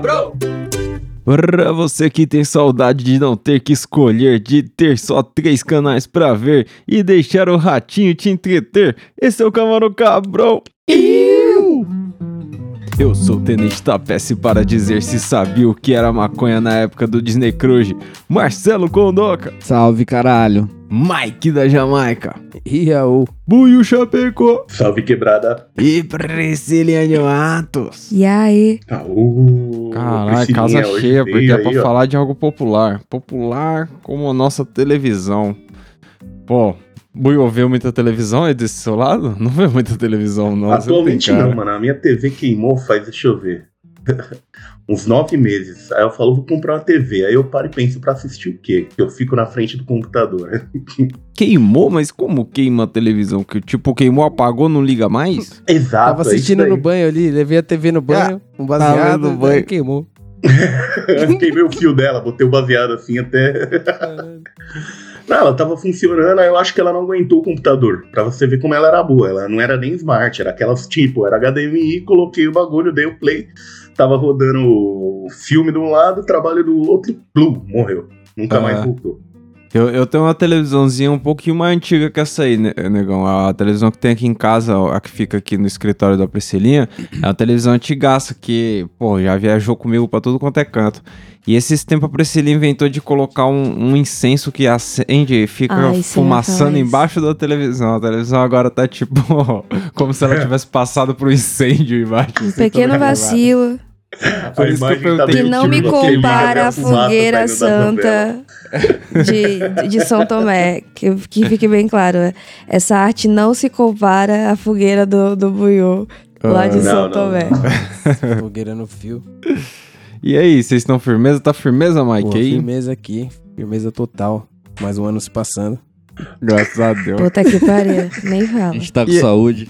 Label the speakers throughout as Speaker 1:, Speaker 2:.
Speaker 1: bro!
Speaker 2: Pra você que tem saudade de não ter que escolher, de ter só três canais pra ver e deixar o ratinho te entreter, esse é o Camarão Cabrão. Eu sou o Tenente Tapesse para dizer se sabia o que era maconha na época do Disney Cruise. Marcelo Condoca,
Speaker 3: Salve, caralho.
Speaker 2: Mike da Jamaica,
Speaker 3: Iaú.
Speaker 2: Buiu Chapecó
Speaker 1: Salve quebrada!
Speaker 2: e Prisciliane Matos.
Speaker 4: E aí?
Speaker 1: Aú!
Speaker 2: Caralho,
Speaker 1: Tá, Priscilinha
Speaker 2: casa
Speaker 1: hoje
Speaker 2: cheia,
Speaker 1: veio
Speaker 2: porque é
Speaker 1: aí,
Speaker 2: pra
Speaker 1: ó.
Speaker 2: falar de algo popular. Popular como a nossa televisão. Pô, Buiu vê muita televisão aí desse seu lado? Não vê muita televisão, não. você não tem
Speaker 1: Atualmente
Speaker 2: cara.
Speaker 1: não, Ah, mano. A minha TV queimou faz, deixa eu ver, uns nove meses. Aí eu falo, vou comprar uma TV. Aí eu paro e penso pra assistir o quê? Que eu fico na frente do computador. né?
Speaker 2: Queimou? Mas como queima a televisão? Que, tipo, queimou, apagou, não liga mais?
Speaker 1: Exato,
Speaker 3: Tava
Speaker 1: é isso
Speaker 3: assistindo
Speaker 1: aí. Ah,
Speaker 3: no banho ali, levei a TV no banho, um baseado,
Speaker 2: no banho.
Speaker 3: queimou.
Speaker 1: Queimei o fio dela, botei o baseado assim até. Não, ela tava funcionando, aí eu acho que ela não aguentou o computador. Pra você ver como ela era boa. Ela não era nem smart, era aquelas tipo, era HDMI, coloquei o bagulho, dei o play. Tava rodando o filme de um lado, trabalho do outro, plum, morreu. Nunca
Speaker 2: Ah.
Speaker 1: mais voltou.
Speaker 2: Eu, eu tenho uma televisãozinha um pouquinho mais antiga que essa aí, né, negão. A televisão que tem aqui em casa, a que fica aqui no escritório da Priscilinha, é uma televisão antigaça que, pô, já viajou comigo pra tudo quanto é canto. E esses tempos a Priscilinha inventou de colocar um, um incenso que acende e fica
Speaker 4: Ai, sim,
Speaker 2: fumaçando
Speaker 4: rapaz.
Speaker 2: embaixo da televisão. A televisão agora tá tipo, como se ela tivesse passado por um incêndio embaixo.
Speaker 4: Um
Speaker 2: assim,
Speaker 4: pequeno
Speaker 2: toda queimada.
Speaker 4: vacilo
Speaker 2: Por isso que eu
Speaker 1: tá
Speaker 2: perguntei
Speaker 4: que
Speaker 2: Tem
Speaker 4: não me
Speaker 2: tiro
Speaker 4: compara à
Speaker 1: a
Speaker 4: fogueira santa de, de São Tomé. Que, que fique bem claro, né? essa arte não se compara à fogueira do, do Buiú lá de
Speaker 2: Ah,
Speaker 1: não,
Speaker 4: São
Speaker 1: não,
Speaker 4: Tomé.
Speaker 3: Fogueira no fio.
Speaker 2: E aí, vocês estão firmeza? Tá firmeza, Mike?
Speaker 3: Pô,
Speaker 2: aí?
Speaker 3: firmeza aqui, firmeza total. Mais um ano se passando.
Speaker 2: Graças a Deus.
Speaker 4: Puta que pariu, nem
Speaker 5: A
Speaker 4: fala.
Speaker 5: gente tá com
Speaker 2: E-
Speaker 5: saúde.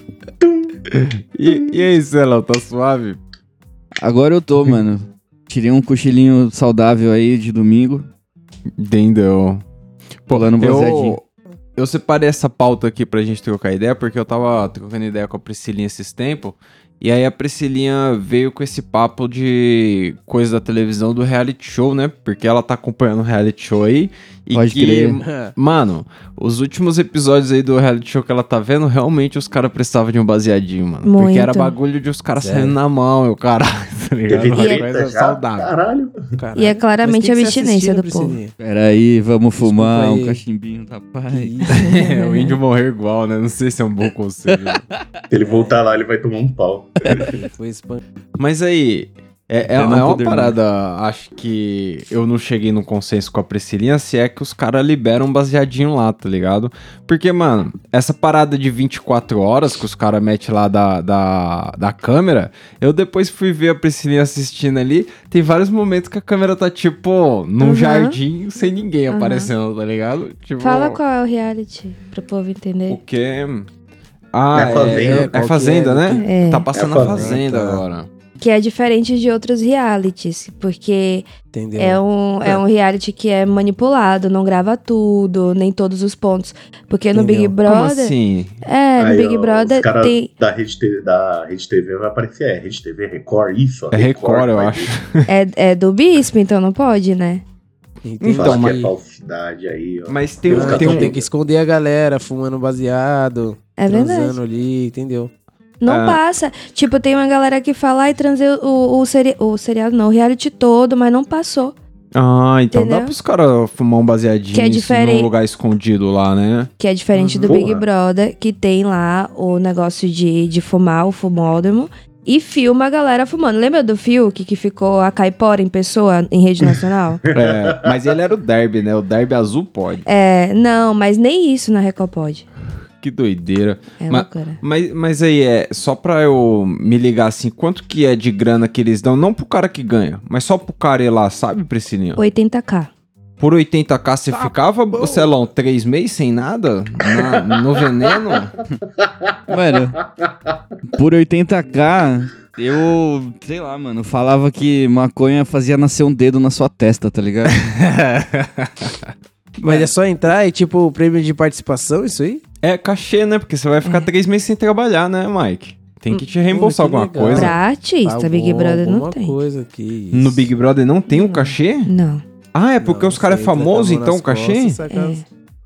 Speaker 2: E, e aí, Celão, tá suave?
Speaker 5: Agora eu tô, mano. Tirei um cochilinho saudável aí de domingo.
Speaker 2: Entendeu.
Speaker 5: Pulando baseadinho.
Speaker 2: Eu, eu separei essa pauta aqui pra gente trocar ideia, porque eu tava trocando ideia com a Priscilinha esses tempos. E aí a Priscilinha veio com esse papo de coisa da televisão do reality show, né? Porque ela tá acompanhando o reality show aí. E
Speaker 5: Pode
Speaker 2: que,
Speaker 5: crer.
Speaker 2: mano, os últimos episódios aí do reality show que ela tá vendo, realmente os caras precisavam de um baseadinho, mano. Porque
Speaker 4: Muito.
Speaker 2: era bagulho de os caras
Speaker 3: Sério?
Speaker 2: saindo na mão, e o caralho, tá ligado?
Speaker 1: Teve
Speaker 2: Uma
Speaker 1: treta
Speaker 2: coisa
Speaker 1: já?
Speaker 2: saudável.
Speaker 1: Caralho.
Speaker 3: Caralho.
Speaker 4: E é claramente a
Speaker 3: Mas que que você
Speaker 4: abstinência do
Speaker 3: assistiu,
Speaker 4: povo.
Speaker 3: Priscilinha?
Speaker 5: Pera aí, vamos
Speaker 3: Desculpa
Speaker 5: fumar
Speaker 3: aí.
Speaker 5: um cachimbinho da paz.
Speaker 3: Que isso?
Speaker 2: É, o índio morreu igual, né? Não sei se é um bom conselho.
Speaker 1: Se ele voltar lá, ele vai tomar um pau.
Speaker 3: Foi espancado.
Speaker 2: Mas aí, é, é,
Speaker 5: Eu não
Speaker 2: é uma
Speaker 5: poder, né?
Speaker 2: parada, acho que eu não cheguei num consenso com a Priscilinha, se é que os caras liberam um baseadinho lá, tá ligado? Porque, mano, essa parada de 24 horas que os caras metem lá da, da, da câmera, eu depois fui ver a Priscilinha assistindo ali, tem vários momentos que a câmera tá, tipo, num
Speaker 4: Uhum.
Speaker 2: jardim sem ninguém
Speaker 4: Uhum.
Speaker 2: aparecendo, tá ligado? Tipo,
Speaker 4: Fala qual é o reality, pro povo
Speaker 2: o
Speaker 4: entender.
Speaker 2: que... Ah,
Speaker 1: É Fazenda.
Speaker 2: é, é
Speaker 3: Qual que
Speaker 2: Fazenda,
Speaker 3: é?
Speaker 2: né?
Speaker 4: É.
Speaker 2: Tá passando
Speaker 1: É
Speaker 2: a
Speaker 1: Fazenda.
Speaker 2: Fazenda
Speaker 3: Tá.
Speaker 2: agora.
Speaker 4: Que é diferente de outros realities, porque
Speaker 3: Entendeu?
Speaker 4: É um, é um reality que é manipulado, não grava tudo, nem todos os pontos. Porque no Big
Speaker 3: Entendeu?
Speaker 2: Como
Speaker 4: Brother.
Speaker 2: assim?
Speaker 4: É, no
Speaker 1: Aí, ó,
Speaker 4: Big
Speaker 1: os
Speaker 4: Brother
Speaker 1: cara
Speaker 4: tem.
Speaker 1: Da Rede, TV, da Rede TV vai aparecer, é Rede TV Record, isso? ó,
Speaker 2: É Record, eu
Speaker 1: vai
Speaker 2: acho.
Speaker 4: É, é do Bispo, então não pode, né?
Speaker 3: Entendeu?
Speaker 2: Então,
Speaker 1: Fala que
Speaker 2: mas-
Speaker 1: é falsidade aí, ó.
Speaker 2: Mas tem,
Speaker 1: Os
Speaker 3: Ah,
Speaker 2: um,
Speaker 1: caras
Speaker 2: tem
Speaker 3: então
Speaker 2: um-
Speaker 3: tem que esconder a galera fumando baseado,
Speaker 4: É verdade.
Speaker 3: transando ali, entendeu?
Speaker 4: Não
Speaker 2: Ah.
Speaker 4: passa. Tipo, tem uma galera que fala, ai, transei o, o, seri... o seriado, não, o reality todo, mas não passou.
Speaker 2: Ah, então dá
Speaker 4: Entendeu?
Speaker 2: pros caras fumar um baseadinho
Speaker 4: Que é
Speaker 2: em
Speaker 4: diferente.
Speaker 2: num lugar escondido lá, né?
Speaker 4: Que é diferente do
Speaker 1: Porra.
Speaker 4: Big Brother, que tem lá o negócio de, de fumar, o fumódromo. E filma a galera fumando. Lembra do Fiuk que ficou a caipora em pessoa em rede nacional?
Speaker 2: É, mas ele era o derby, né? O derby azul pode.
Speaker 4: É, não, mas nem isso na Record pode.
Speaker 2: Que doideira.
Speaker 4: É
Speaker 2: Mas-
Speaker 4: loucura.
Speaker 2: Mas, mas aí, é só pra eu me ligar assim, quanto que é de grana que eles dão? Não pro cara que ganha, mas só pro cara ir lá, sabe, Priscilinha?
Speaker 4: 80k.
Speaker 2: Por 80k você
Speaker 3: Tá
Speaker 2: ficava,
Speaker 3: bom.
Speaker 2: Celão, três meses sem nada? Na- no veneno?
Speaker 5: Mano, por 80k, eu, sei lá, mano, falava que maconha fazia nascer um dedo na sua testa, tá ligado?
Speaker 3: Mas é só entrar e, tipo, o prêmio de participação, isso aí?
Speaker 4: É.
Speaker 2: É cachê, né? Porque você vai ficar três meses sem trabalhar, né, Mike? Tem que te reembolsar
Speaker 3: Pô, que
Speaker 2: alguma
Speaker 3: legal.
Speaker 2: coisa.
Speaker 4: Pra artista,
Speaker 3: Pagou
Speaker 4: Big Brother não
Speaker 3: alguma
Speaker 4: tem.
Speaker 3: coisa aqui.
Speaker 2: No Big Brother não tem o cachê?
Speaker 4: Não.
Speaker 2: Ah, é porque os
Speaker 3: tá
Speaker 2: caras é famoso, então o cachê?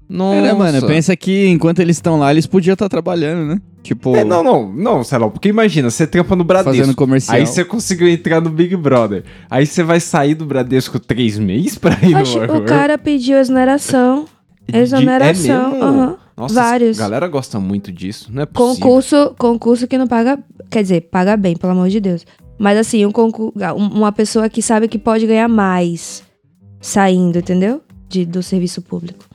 Speaker 2: Nossa.
Speaker 5: É, né, mano? Pensa que enquanto eles estão lá, eles podiam estar trabalhando, né? Tipo,
Speaker 2: É, não, não, não, sei lá, porque imagina, você trampa no Bradesco.
Speaker 5: fazendo comercial.
Speaker 2: Aí você conseguiu entrar no Big Brother. Aí você vai sair do Bradesco três meses pra ir
Speaker 4: Oxe,
Speaker 2: no
Speaker 4: o cara pediu exoneração. Exoneração.
Speaker 2: De- é mesmo?
Speaker 4: aham.
Speaker 2: Nossa,
Speaker 4: vários.
Speaker 2: a galera gosta muito disso, não é possível.
Speaker 4: Concurso, concurso que não paga. Quer dizer, paga bem, pelo amor de Deus. Mas assim, um concurso, uma pessoa que sabe que pode ganhar mais saindo, entendeu? De, do serviço público.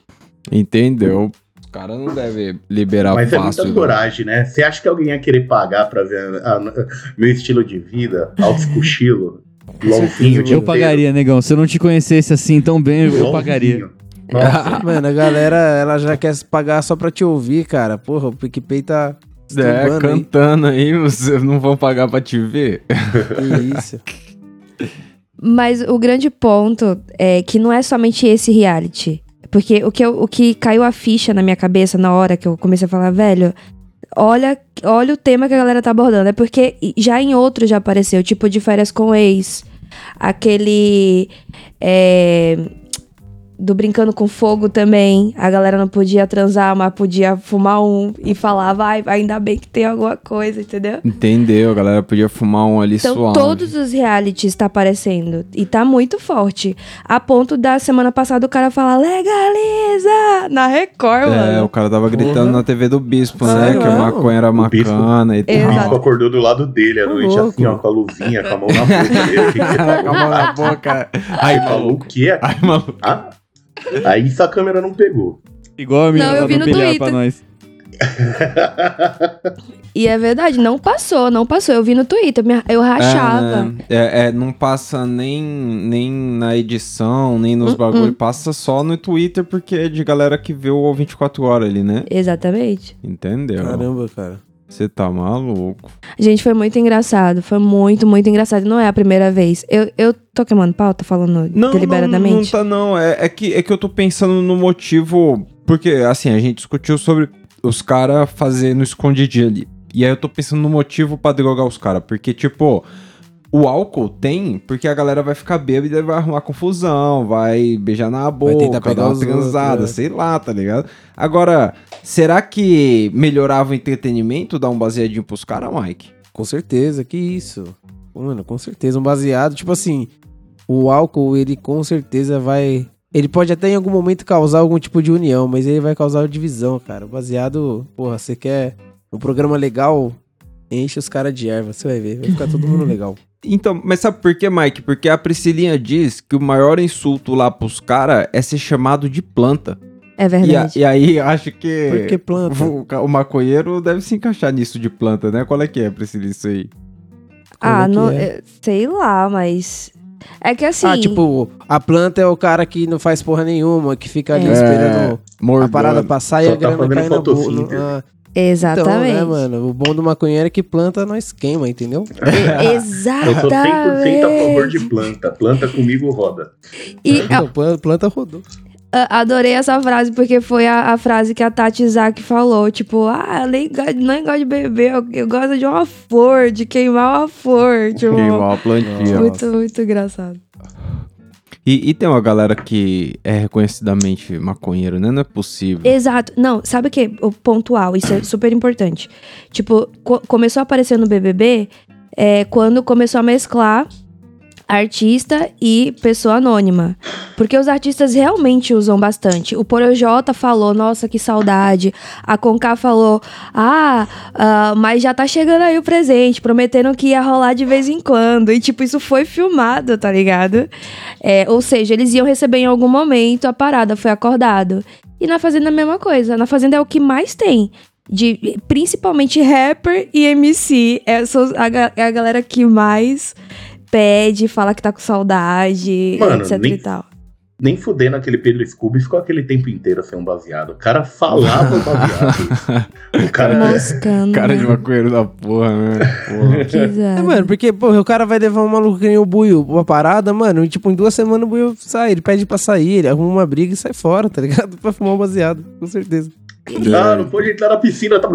Speaker 2: Entendeu? O cara não deve liberar
Speaker 1: Mas é
Speaker 2: fácil.
Speaker 1: muita
Speaker 2: né?
Speaker 1: coragem, né? Você acha que alguém ia querer pagar pra ver a- a- meu estilo de vida, altos cochilo, longzinho de
Speaker 5: Eu pagaria, negão. Se eu não te conhecesse assim tão bem, eu, pagaria.
Speaker 1: Nossa,
Speaker 3: Mano, a galera, ela já quer se pagar só pra te ouvir, cara. Porra, o PicPay tá.
Speaker 2: É,
Speaker 3: estribando aí.
Speaker 2: cantando aí, vocês não vão pagar pra te ver.
Speaker 3: Que isso.
Speaker 4: Mas o grande ponto é que não é somente esse reality. Porque o que, eu- o que caiu a ficha na minha cabeça na hora que eu comecei a falar, velho, olha, olha o tema que a galera tá abordando. É porque já em outro já apareceu, tipo de férias com ex, aquele. é, do Brincando com Fogo também. A galera não podia transar, mas podia fumar um e falava, "Ai, ainda bem que tem alguma coisa, entendeu?
Speaker 2: Entendeu? A galera podia fumar um ali
Speaker 4: Então,
Speaker 2: suave.
Speaker 4: todos os realities tá aparecendo. E tá muito forte. A ponto da semana passada o cara falar legaliza na Record,
Speaker 2: É, o
Speaker 4: mano.
Speaker 2: cara tava gritando
Speaker 3: Porra.
Speaker 2: na TV do Bispo, né?
Speaker 3: Sério?
Speaker 2: Que a maconha era
Speaker 1: O Bispo-
Speaker 2: macana e
Speaker 1: o
Speaker 2: tal.
Speaker 4: Exato.
Speaker 1: bicho acordou do lado dele à
Speaker 3: Tá
Speaker 1: noite,
Speaker 3: louco.
Speaker 1: assim, ó, com a luzinha, com a mão na boca dele. que você tá
Speaker 2: Com a mão na boca. Aí,
Speaker 1: Aí falou
Speaker 2: maluco.
Speaker 1: o quê?
Speaker 2: Aí, maluco.
Speaker 1: Ah? Aí isso a câmera não pegou.
Speaker 5: Igual a
Speaker 4: Não,
Speaker 5: minha
Speaker 4: eu
Speaker 5: lá
Speaker 4: vi no
Speaker 5: bilhar
Speaker 4: Twitter.
Speaker 5: pra nós.
Speaker 4: E é verdade, não passou, não passou. Eu vi no Twitter, me- eu rachava.
Speaker 2: É, é, é, não passa nem, nem na edição, nem nos bagulho. Passa só no Twitter, porque é de galera que vê o 24 horas ali, né?
Speaker 4: Exatamente.
Speaker 2: Entendeu?
Speaker 3: Caramba, cara.
Speaker 2: Você tá maluco.
Speaker 4: Gente, foi muito engraçado. Foi muito, muito engraçado. Não é a primeira vez. Eu, eu tô queimando pauta falando deliberadamente.
Speaker 2: Não, não tá, não. É, é que, é que eu tô pensando no motivo. Porque, assim, a gente discutiu sobre os caras fazendo escondidinho ali. E aí eu tô pensando no motivo pra drogar os caras. Porque, tipo, o álcool tem, porque a galera vai ficar bêbada e vai arrumar confusão, vai beijar na boca,
Speaker 3: tentar pegar
Speaker 2: dar uma
Speaker 3: os outros,
Speaker 2: transada,
Speaker 3: é.
Speaker 2: sei lá, tá ligado? Agora, será que melhorava o entretenimento dar um baseadinho pros caras, Mike?
Speaker 3: Com certeza, que isso. Mano, com certeza. Um baseado, tipo assim, o álcool, ele com certeza vai. Ele pode até em algum momento causar algum tipo de união, mas ele vai causar divisão, cara. O baseado, porra, você quer um programa legal? Enche os caras de erva, você vai ver. Vai ficar todo mundo legal.
Speaker 2: Então, mas sabe por quê, Mike? Porque a Priscilinha diz que o maior insulto lá pros caras é ser chamado de planta.
Speaker 4: É
Speaker 2: E, a-
Speaker 4: verdade.
Speaker 2: e aí acho que.
Speaker 3: Por que planta?
Speaker 2: o, ca- o maconheiro deve se encaixar nisso de planta, né? Qual é que é, Priscila, isso aí?
Speaker 4: ah,
Speaker 3: Como que
Speaker 4: não,
Speaker 3: é?
Speaker 4: eu- sei lá, mas. É que assim.
Speaker 3: Ah, tipo, a planta é o cara que não faz porra nenhuma, que fica ali
Speaker 4: É.
Speaker 3: esperando a
Speaker 2: Morgana.
Speaker 3: parada passar e
Speaker 1: Só
Speaker 3: a
Speaker 1: tá
Speaker 3: grama
Speaker 1: fazendo
Speaker 3: cair na boca.
Speaker 1: fotossíntese.
Speaker 3: Ah,
Speaker 4: Exatamente.
Speaker 3: Então, né, mano? O bom do maconheiro é que planta nós queima, entendeu?
Speaker 4: Exatamente.
Speaker 1: Eu tô
Speaker 3: Tá
Speaker 1: 100% a favor de planta. Planta comigo roda.
Speaker 4: E a-
Speaker 3: Então, plan- planta rodou.
Speaker 4: a- Ah, adorei essa frase, porque foi a, a frase que a Tati Zaki falou. Tipo, ah, eu nem, go- nem gosto de beber, eu, eu gosto de uma flor, de queimar uma flor. Tipo,
Speaker 2: Queimar a plantinha.
Speaker 4: muito, muito engraçado.
Speaker 2: E, e tem uma galera que é reconhecidamente maconheiro, né? Não é possível.
Speaker 4: Exato. Não, sabe o que? O pontual, isso é super importante. Tipo, co- começou a aparecer no BBB é, quando começou a mesclar artista e pessoa anônima. Porque os artistas realmente usam bastante. O Porojota falou, nossa, que saudade. A Conká falou, ah, ah, mas já tá chegando aí o presente, prometendo que ia rolar de vez em quando. E, tipo, isso foi filmado, tá ligado? É, ou seja, eles iam receber em algum momento, a parada foi acordado. E na Fazenda a mesma coisa. Na Fazenda é o que mais tem. De, principalmente rapper e MC. É, são a, ga- é a galera que mais pede, fala que tá com saudade,
Speaker 1: Mano,
Speaker 4: etc
Speaker 1: nem
Speaker 4: e tal.
Speaker 1: Nem fudendo aquele Pedro Scooby ficou aquele tempo inteiro sem um baseado. O cara falava baseado. o cara.
Speaker 3: né?
Speaker 4: Moscando. né?
Speaker 2: Cara de maconheiro da porra, né? Porra.
Speaker 3: É, mano, porque, porra, o cara vai levar um maluco que nem o Buio pra uma parada, mano, e, tipo, em duas semanas o Buio sai, ele pede pra sair, ele arruma uma briga e sai fora, tá ligado? Pra fumar um baseado, com certeza.
Speaker 1: Ah, não pôde entrar na piscina. Tá...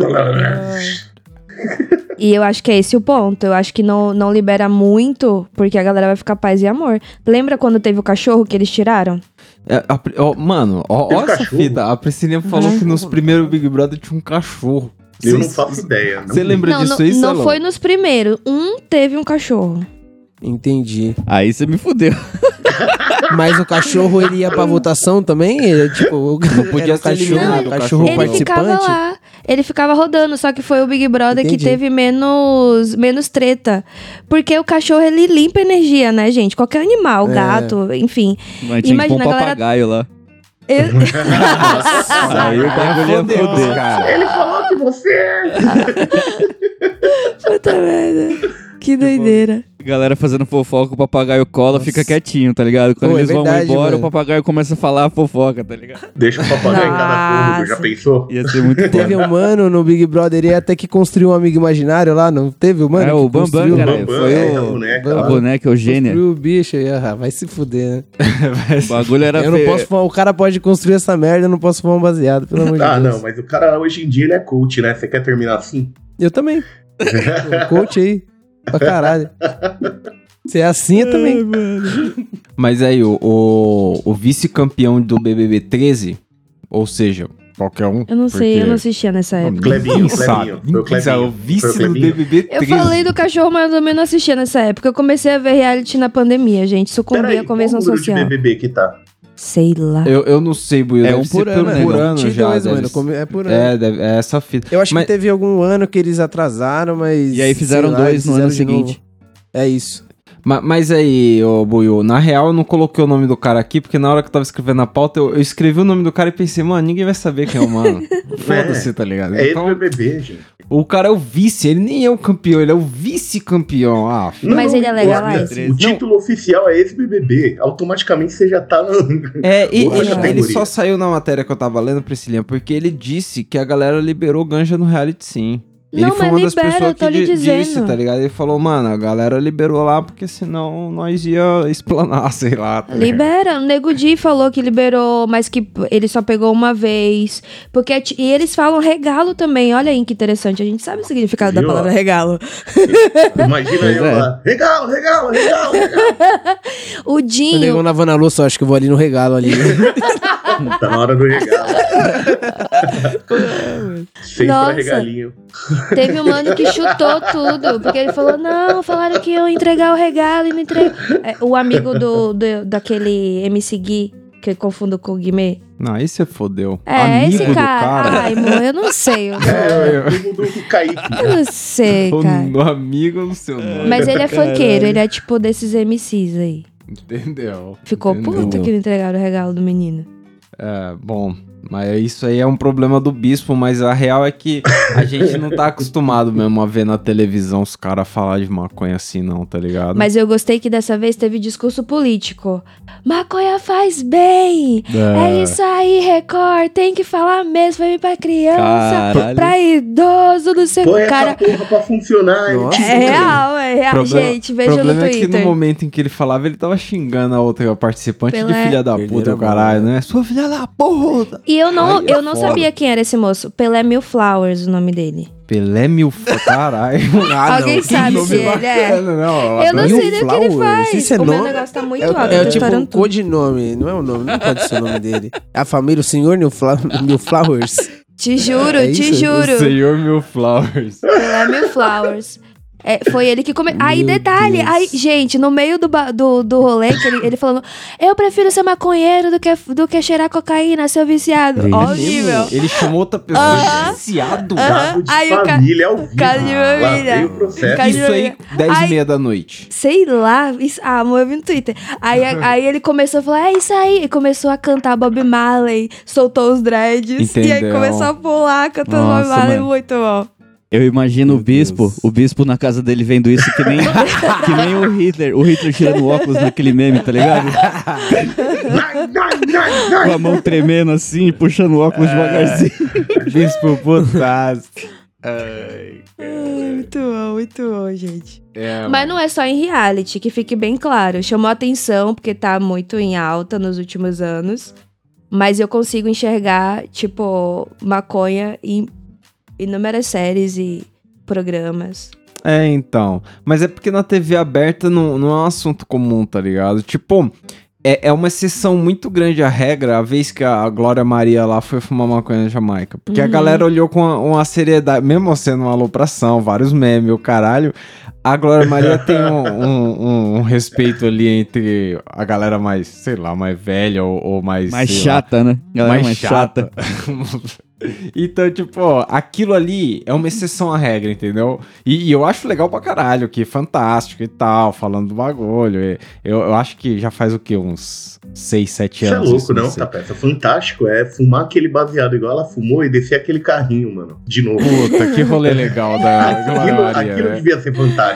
Speaker 4: E eu acho que é esse o ponto. Eu acho que não, não libera muito, porque a galera vai ficar paz e amor. Lembra quando teve o cachorro que eles tiraram?
Speaker 2: É, a Pri- ó, mano, ó,
Speaker 1: Tem um
Speaker 2: ó essa
Speaker 1: cachorro?
Speaker 2: fita. A Priscilinha falou que nos primeiros Big Brother tinha um cachorro.
Speaker 1: Eu não
Speaker 2: Cês-
Speaker 1: faço ideia. não.
Speaker 2: Você lembra
Speaker 4: não,
Speaker 2: disso
Speaker 4: não,
Speaker 2: aí,
Speaker 4: não
Speaker 2: Celão?
Speaker 4: foi nos primeiros. Um teve um cachorro.
Speaker 3: Entendi.
Speaker 5: Aí você me fudeu.
Speaker 3: Mas o cachorro, ele ia pra votação também? Ele, tipo, o
Speaker 2: Não podia
Speaker 3: era o
Speaker 2: ser
Speaker 3: cachorro,
Speaker 2: eliminado,
Speaker 3: o
Speaker 2: o
Speaker 3: cachorro
Speaker 2: cachorro.
Speaker 4: ele ficava
Speaker 3: participante?
Speaker 4: lá, ele ficava rodando, só que foi o Big Brother
Speaker 3: Entendi.
Speaker 4: que teve menos, menos treta. Porque o cachorro, ele limpa energia, né, gente? Qualquer animal,
Speaker 3: É.
Speaker 4: gato, enfim.
Speaker 5: Mas tinha que pôr um
Speaker 4: Imagina, galera-
Speaker 5: papagaio lá.
Speaker 4: Eu-
Speaker 5: Aí o bagulho ia
Speaker 2: Fodeu,
Speaker 5: foder.
Speaker 2: cara.
Speaker 1: Ele falou que você é.
Speaker 4: Puta merda. Que doideira.
Speaker 5: Galera fazendo fofoca, o papagaio cola, fica quietinho, tá ligado? Quando
Speaker 3: Pô, é
Speaker 5: eles
Speaker 3: verdade,
Speaker 5: vão embora,
Speaker 3: mano.
Speaker 5: o papagaio começa a falar a fofoca, tá ligado?
Speaker 1: Deixa o papagaio em cada cômodo, já
Speaker 4: Nossa.
Speaker 1: pensou?
Speaker 5: Ia ser muito
Speaker 3: Teve
Speaker 5: foda.
Speaker 3: um mano no Big Brother, ele até que construiu um amigo imaginário lá, não teve, um mano?
Speaker 5: É, o Bambam,
Speaker 1: O
Speaker 5: cara.
Speaker 1: Bambam
Speaker 5: foi
Speaker 1: é
Speaker 5: o-
Speaker 1: a boneca.
Speaker 5: um- A
Speaker 1: lá.
Speaker 5: boneca é Eugênia.
Speaker 3: Construiu o bicho aí, ah, vai se fuder, né?
Speaker 5: O bagulho era
Speaker 3: eu não
Speaker 5: feio.
Speaker 3: posso fumar, o cara pode construir essa merda, eu não posso fumar um baseado, pelo amor de
Speaker 1: Ah,
Speaker 3: Deus.
Speaker 1: não, mas o cara hoje em dia ele é coach, né? Você quer terminar assim?
Speaker 3: Eu também. Pô, coach aí, pra caralho. Você é assim, eu também.
Speaker 2: Mas aí, o, o, o vice-campeão do BBB 13, ou seja, qualquer um.
Speaker 4: Eu não sei, eu não assistia nessa
Speaker 2: Não,
Speaker 4: época.
Speaker 1: Clebinho,
Speaker 2: ninguém
Speaker 1: Clebinho,
Speaker 2: sabe,
Speaker 1: foi o
Speaker 2: ninguém sabe,
Speaker 1: Clebinho.
Speaker 2: O vice
Speaker 1: Foi o
Speaker 2: do
Speaker 1: Clebinho.
Speaker 2: BBB 13.
Speaker 4: Eu
Speaker 1: um-
Speaker 4: falei do cachorro, mas eu também não assistia nessa época. Eu comecei a ver reality na pandemia, gente. Sucumbi à
Speaker 1: qual o
Speaker 4: convenção
Speaker 1: número de
Speaker 4: social.
Speaker 1: BBB que tá?
Speaker 4: Sei lá.
Speaker 2: Eu, eu não sei, Buiu.
Speaker 5: É
Speaker 2: deve
Speaker 5: um
Speaker 2: ser
Speaker 5: por ano, né,
Speaker 2: por
Speaker 5: não?
Speaker 2: ano já.
Speaker 3: 22,
Speaker 2: deve
Speaker 3: mano,
Speaker 2: ser.
Speaker 3: como- é por ano.
Speaker 2: É, deve- é essa fita.
Speaker 3: Eu acho
Speaker 2: Mas-
Speaker 3: que teve algum ano que eles atrasaram, mas.
Speaker 5: E aí fizeram
Speaker 3: sei
Speaker 5: dois no
Speaker 3: eles fizeram
Speaker 5: ano
Speaker 3: de
Speaker 5: seguinte.
Speaker 3: novo. É isso.
Speaker 2: Ma- Mas, aí, ô Buiu, na real eu não coloquei o nome do cara aqui, porque na hora que eu tava escrevendo a pauta, eu, eu escrevi o nome do cara e pensei, mano, ninguém vai saber quem é o mano. Foda-se, tá ligado?
Speaker 1: É
Speaker 2: Então,
Speaker 1: ele BBB, gente.
Speaker 2: o cara é o vice, ele nem é o campeão, ele é o vice-campeão. Ah, f-
Speaker 1: Não,
Speaker 4: Mas
Speaker 1: não,
Speaker 4: ele é
Speaker 1: o-
Speaker 4: legalized?
Speaker 1: O título oficial é esse BBB. Automaticamente você já tá no.
Speaker 2: é, e-
Speaker 1: Boa
Speaker 2: ele, ele
Speaker 1: categoria.
Speaker 2: só saiu na matéria que eu tava lendo, Priscilinha, porque ele disse que a galera liberou ganja no reality sim. Ele
Speaker 4: Não,
Speaker 2: foi
Speaker 4: mas
Speaker 2: uma das
Speaker 4: libera,
Speaker 2: pessoas
Speaker 4: eu tô
Speaker 2: que
Speaker 4: lhe
Speaker 2: di- disse,
Speaker 4: dizendo.
Speaker 2: tá ligado? Ele falou, mano, a galera liberou lá porque senão nós ia explanar, sei lá. Tá ligado?
Speaker 4: Libera, o Nego Di falou que liberou, mas que p- ele só pegou uma vez. Porque é ti- e eles falam regalo também. Olha aí que interessante. A gente sabe o significado da
Speaker 1: Viu, ó?
Speaker 4: palavra regalo.
Speaker 1: Imagina
Speaker 5: Pois
Speaker 1: eu
Speaker 5: é.
Speaker 1: lá. Regalo, regalo, regalo, regalo.
Speaker 4: O
Speaker 3: Eu um
Speaker 4: Dinho,
Speaker 3: nego lavando a louça, eu acho que eu vou ali no regalo ali.
Speaker 1: Tá na hora do regalo. Sempre pra
Speaker 4: Nossa.
Speaker 1: regalinho.
Speaker 4: teve um mano que chutou tudo. Porque ele falou: não, falaram que iam entregar o regalo e não entregou. É, o amigo do, do- daquele MC Gui, que eu confundo com o Guimê.
Speaker 2: Não, aí você fodeu.
Speaker 4: É,
Speaker 2: Amigo
Speaker 4: esse
Speaker 2: do
Speaker 4: cara.
Speaker 2: cara.
Speaker 4: Ai, amor, eu não sei. Eu não,
Speaker 1: É, é o primo do Kaique.
Speaker 4: eu não sei,
Speaker 2: O
Speaker 4: cara.
Speaker 2: meu amigo no seu nome.
Speaker 4: Mas ele é funkeiro, ele é tipo desses MCs aí.
Speaker 2: Entendeu?
Speaker 4: Ficou
Speaker 2: Entendeu?
Speaker 4: puto que não entregaram o regalo do menino.
Speaker 2: É, bom, mas isso aí é um problema do bispo, mas a real é que a gente não tá acostumado mesmo a ver na televisão os caras falar de maconha assim, não, tá ligado?
Speaker 4: Mas eu gostei que dessa vez teve discurso político. Maconha faz bem! É, isso aí, Record! Tem que falar mesmo, vai vir pra criança,
Speaker 5: Caralho.
Speaker 4: pra idoso, não sei o
Speaker 1: Põe
Speaker 4: que. Cara,
Speaker 1: essa porra pra funcionar. hein?
Speaker 3: Nossa.
Speaker 4: é real, é real.
Speaker 2: Problema-
Speaker 4: Gente,
Speaker 2: o
Speaker 4: veja no
Speaker 2: problema é que
Speaker 4: Twitter.
Speaker 2: no momento em que ele falava, ele tava xingando a outra participante
Speaker 4: Pela-
Speaker 2: de filha da
Speaker 3: Perderam
Speaker 2: puta,
Speaker 3: a
Speaker 2: o caralho, né? Sua filha da puta!
Speaker 4: E eu não,
Speaker 2: Aí é
Speaker 4: eu não
Speaker 2: foda.
Speaker 4: sabia quem era esse moço. Pelé Milflowers, o nome dele.
Speaker 2: Pelé mil... f- Caralho.
Speaker 3: Ah,
Speaker 4: Alguém
Speaker 3: que
Speaker 4: sabe
Speaker 3: nome
Speaker 4: se ele é.
Speaker 2: bacana, né? não,
Speaker 4: Eu não
Speaker 2: adorei.
Speaker 4: sei nem o que ele
Speaker 3: Flowers,
Speaker 4: faz.
Speaker 3: isso é
Speaker 4: o meu
Speaker 3: nome?
Speaker 4: negócio tá muito
Speaker 3: É,
Speaker 4: alto,
Speaker 3: é
Speaker 4: tá
Speaker 3: tipo um
Speaker 4: estourando tudo.
Speaker 3: codinome, não é o nome, não pode ser o nome dele. É A família, o senhor New, Fla New Flowers.
Speaker 4: Te juro,
Speaker 3: É
Speaker 4: te
Speaker 3: isso?
Speaker 2: O
Speaker 4: juro. É
Speaker 2: Senhor Mil Flowers.
Speaker 4: Pelé Mil Flowers. É, foi ele que começou. Aí,
Speaker 3: Meu
Speaker 4: detalhe,
Speaker 3: Deus.
Speaker 4: aí, gente, no meio do, ba- do, do rolê, que ele, ele falando: Eu prefiro ser maconheiro do que, do que cheirar cocaína, seu viciado. Ó, o nível.
Speaker 2: Ele chamou outra pessoa
Speaker 4: Aham.
Speaker 2: de viciado.
Speaker 4: Aham.
Speaker 1: Caso de
Speaker 4: Aí o ca-
Speaker 1: família ao vivo.
Speaker 4: caso de
Speaker 1: Lá
Speaker 4: família.
Speaker 1: veio o processo.
Speaker 4: Caso de
Speaker 2: Isso aí, 10 e
Speaker 4: Ai.
Speaker 2: meia da noite.
Speaker 4: Sei lá, isso, ah, amor, eu vi no Twitter. Aí, a- aí ele começou a falar, é isso aí. E começou a cantar Bob Marley, soltou os dreads. E aí
Speaker 2: Entendeu.
Speaker 4: começou a pular cantando
Speaker 5: Nossa,
Speaker 4: Bob Marley,
Speaker 5: mano.
Speaker 4: muito bom.
Speaker 5: Eu imagino
Speaker 3: Meu
Speaker 5: o bispo,
Speaker 3: Deus.
Speaker 5: o bispo na casa dele vendo isso que nem, que nem o Hitler, o Hitler tirando o óculos naquele meme, tá ligado?
Speaker 1: Nai, nai, nai, nai.
Speaker 5: Com a mão tremendo assim, puxando o óculos devagarzinho.
Speaker 2: Bispo Putas.
Speaker 5: É.
Speaker 4: Ai, muito bom, muito bom, gente.
Speaker 2: É,
Speaker 4: Mas não é só em reality, que fique bem claro. Chamou atenção, porque tá muito em alta nos últimos anos. Mas eu consigo enxergar, tipo, maconha em inúmeras séries e programas.
Speaker 2: É, então. Mas é porque na TV aberta não, não é um assunto comum, tá ligado? Tipo, é, é uma exceção muito grande a regra, a vez que a Glória Maria lá foi fumar maconha na Jamaica. Porque a
Speaker 4: Uhum.
Speaker 2: galera olhou com uma, uma seriedade, mesmo sendo uma alopração, vários memes, o caralho. A Glória Maria tem um, um- um- um respeito ali entre a galera mais, sei lá, mais velha ou, ou mais.
Speaker 5: Mais
Speaker 2: sei lá,
Speaker 5: chata, né? Galera mais, chata.
Speaker 2: então, tipo, ó, aquilo ali é uma exceção à regra, entendeu? E, e eu acho legal pra caralho, que é fantástico e tal, falando do bagulho. E Eu, eu acho que já faz o quê? Uns 6, 7
Speaker 1: Isso é
Speaker 2: anos.
Speaker 1: louco, não,
Speaker 2: sei.
Speaker 1: Tapeta. Fantástico é fumar aquele baseado igual ela fumou e descer aquele carrinho, mano. De novo.
Speaker 2: Puta, que rolê legal
Speaker 1: Ah,
Speaker 2: da Glória
Speaker 1: Aquilo, é
Speaker 2: Maria,
Speaker 1: aquilo
Speaker 2: né?
Speaker 1: devia ser fantástico.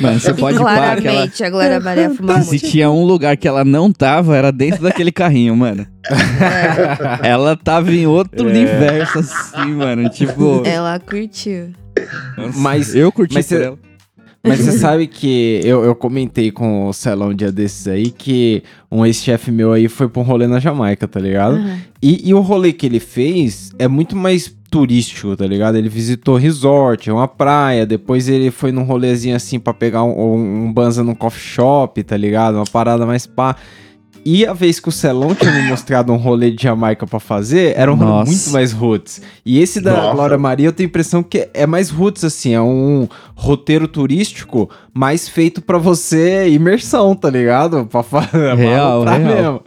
Speaker 5: Mano, você pode parar que ela...
Speaker 4: Claramente, a Glória Maria fuma muito.
Speaker 5: Se tinha um lugar que ela não tava, era dentro daquele carrinho, mano. Ela tava em outro
Speaker 2: É.
Speaker 5: universo, assim, mano. Tipo,
Speaker 4: Ela curtiu.
Speaker 5: nossa,
Speaker 2: Mas-
Speaker 5: eu curti
Speaker 2: mas
Speaker 5: por
Speaker 2: cê-
Speaker 5: ela.
Speaker 2: Mas você sabe que eu, eu comentei com o Celão um dia desses aí que um ex-chefe meu aí foi pra um rolê na Jamaica, tá ligado? E, e o rolê que ele fez é muito mais turístico, tá ligado? Ele visitou resort, é uma praia, depois ele foi num rolezinho assim pra pegar um, um, um banza num coffee shop, tá ligado? Uma parada mais pá. E a vez que o Celão tinha me mostrado um rolê de Jamaica pra fazer, era um rolê
Speaker 5: Nossa.
Speaker 2: muito mais roots. E esse da
Speaker 1: Nossa.
Speaker 2: Glória Maria, eu tenho a impressão que é mais roots, assim, é um roteiro turístico mais feito pra você imersão, tá ligado? Pra fazer
Speaker 5: Real, real.
Speaker 2: mesmo.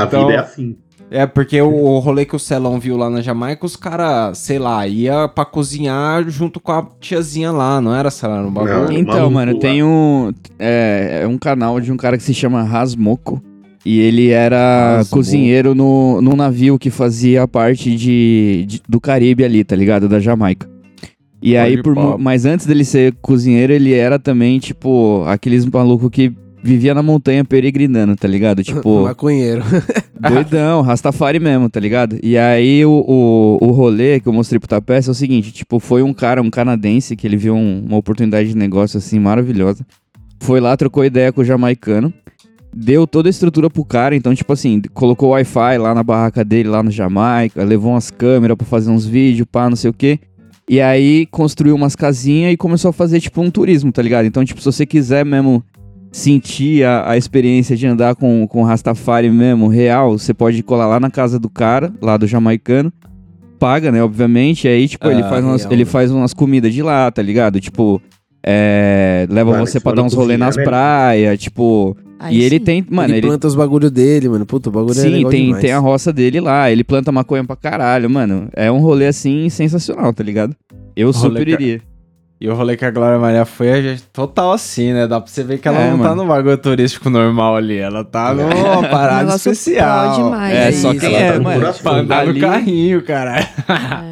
Speaker 1: A vida é assim.
Speaker 2: É, porque o, o rolê que o Celão viu lá na Jamaica, os caras, sei lá, ia pra cozinhar junto com a tiazinha lá, não era, sei lá, no bagulho?
Speaker 1: Não.
Speaker 5: Então,
Speaker 1: maluco
Speaker 5: mano,
Speaker 1: lá.
Speaker 5: tem um. É, é um canal de um cara que se chama Rasmoco. E ele era
Speaker 2: Rasmoco.
Speaker 5: cozinheiro no, num navio que fazia parte de, de- do Caribe ali, tá ligado? Da Jamaica. E aí,
Speaker 2: Pode
Speaker 5: por, mu-
Speaker 2: pá.
Speaker 5: mas antes dele ser cozinheiro, ele era também, tipo, aqueles maluco que vivia na montanha peregrinando, tá ligado? Tipo,
Speaker 3: Maconheiro.
Speaker 5: Doidão, Rastafari mesmo, tá ligado? E aí o, o, o rolê que eu mostrei pro Tapece é o seguinte, tipo, foi um cara, um canadense, que ele viu um- uma oportunidade de negócio assim maravilhosa. Foi lá, trocou ideia com o jamaicano, deu toda a estrutura pro cara, então, tipo assim, colocou Wi-Fi lá na barraca dele, lá no Jamaica, levou umas câmeras pra fazer uns vídeos, pá, não sei o quê. E aí construiu umas casinhas e começou a fazer, tipo, um turismo, tá ligado? Então, tipo, se você quiser mesmo sentir a, a experiência de andar com, com Rastafari mesmo, real, você pode colar lá na casa do cara, lá do jamaicano. Paga, né, obviamente. E aí, tipo, ele,
Speaker 2: Ah,
Speaker 5: faz umas,
Speaker 2: real,
Speaker 5: ele
Speaker 2: né?
Speaker 5: faz umas comidas de lá, tá ligado? Tipo, é, leva
Speaker 1: Mano,
Speaker 5: você
Speaker 1: isso
Speaker 5: pra
Speaker 1: é
Speaker 5: dar uns rolês
Speaker 1: cozinha,
Speaker 5: nas
Speaker 1: né?
Speaker 5: praias, tipo.
Speaker 4: Aí
Speaker 5: e ele
Speaker 4: sim.
Speaker 5: tem, mano,
Speaker 3: ele,
Speaker 5: ele.
Speaker 3: planta os bagulho dele, mano. Puta, o bagulho é
Speaker 5: Sim,
Speaker 3: legal
Speaker 5: tem,
Speaker 3: demais.
Speaker 5: tem a roça dele lá, ele planta maconha pra caralho, mano. É um rolê assim sensacional, tá ligado? Eu
Speaker 2: Rolê
Speaker 5: super
Speaker 2: ca-
Speaker 5: iria.
Speaker 2: E o rolê que a Glória Maria foi é já total assim, né? Dá pra você ver que ela
Speaker 5: É,
Speaker 2: não tá
Speaker 5: mano.
Speaker 2: no bagulho turístico normal ali, ela tá numa parada
Speaker 4: É. Um Negócio
Speaker 2: especial.
Speaker 4: pro demais,
Speaker 5: É,
Speaker 4: hein?
Speaker 5: só que
Speaker 3: Sim,
Speaker 5: é,
Speaker 3: ela
Speaker 1: tá no
Speaker 5: mano.
Speaker 1: coração.
Speaker 5: tipo,
Speaker 2: Pra andar
Speaker 5: ali-
Speaker 2: no carrinho, cara.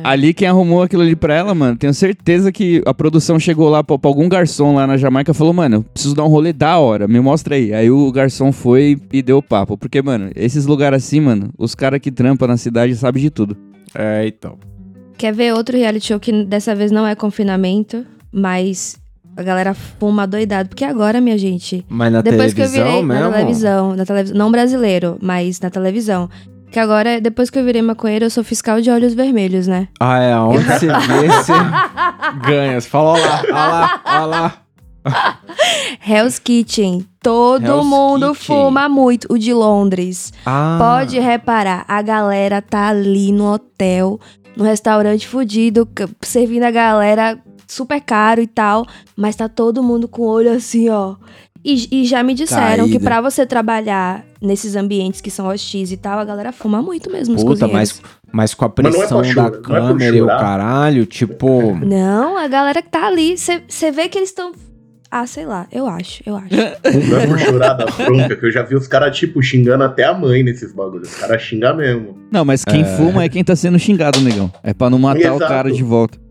Speaker 5: Ali quem arrumou aquilo ali pra ela, mano, tenho certeza que a produção chegou lá pra, pra algum garçom lá na Jamaica e falou, mano, preciso dar um rolê da hora, me mostra aí. Aí o garçom foi e deu o papo. Porque, mano, esses lugares assim, mano, os caras que trampam na cidade sabem de tudo.
Speaker 2: É, então.
Speaker 4: Quer ver outro reality show que dessa vez não é confinamento, mas a galera fuma doidado. Porque agora, minha gente,
Speaker 2: Mas na
Speaker 4: depois que eu
Speaker 2: televisão
Speaker 4: virei
Speaker 2: mesmo.
Speaker 4: na televisão, na televisão, não brasileiro, mas na televisão. Que agora, depois que eu virei maconheiro, eu sou fiscal de olhos vermelhos, né?
Speaker 2: Ah, é, onde você vê, você ganha. Você fala, ó lá, ó lá, ó lá.
Speaker 4: Hell's Kitchen. Todo
Speaker 2: Hell's
Speaker 4: mundo
Speaker 2: Kitchen.
Speaker 4: fuma muito. O de Londres.
Speaker 2: Ah.
Speaker 4: Pode reparar, a galera tá ali no hotel, no restaurante fudido, c- servindo a galera super caro e tal, mas tá todo mundo com o olho assim, ó. E, e já me disseram
Speaker 3: Caída.
Speaker 4: que pra você trabalhar nesses ambientes que são hostis e tal, a galera fuma muito mesmo. os
Speaker 2: Puta,
Speaker 4: cozinheiros.
Speaker 2: mas, mas com a
Speaker 1: Mas não é
Speaker 2: pressão
Speaker 1: pra chorar,
Speaker 2: da
Speaker 1: não é pra
Speaker 2: câmera e o
Speaker 1: chorar.
Speaker 2: caralho, tipo.
Speaker 4: Não, a galera que tá ali, você vê que eles estão. Ah, sei lá, eu acho, eu acho.
Speaker 1: Não é por chorar da bronca, que eu já vi os caras, tipo, xingando até a mãe nesses bagulhos. Os caras xingam mesmo.
Speaker 5: Não, mas quem fuma é quem tá sendo xingado, negão. É pra não matar o
Speaker 1: Exato.
Speaker 5: cara de volta.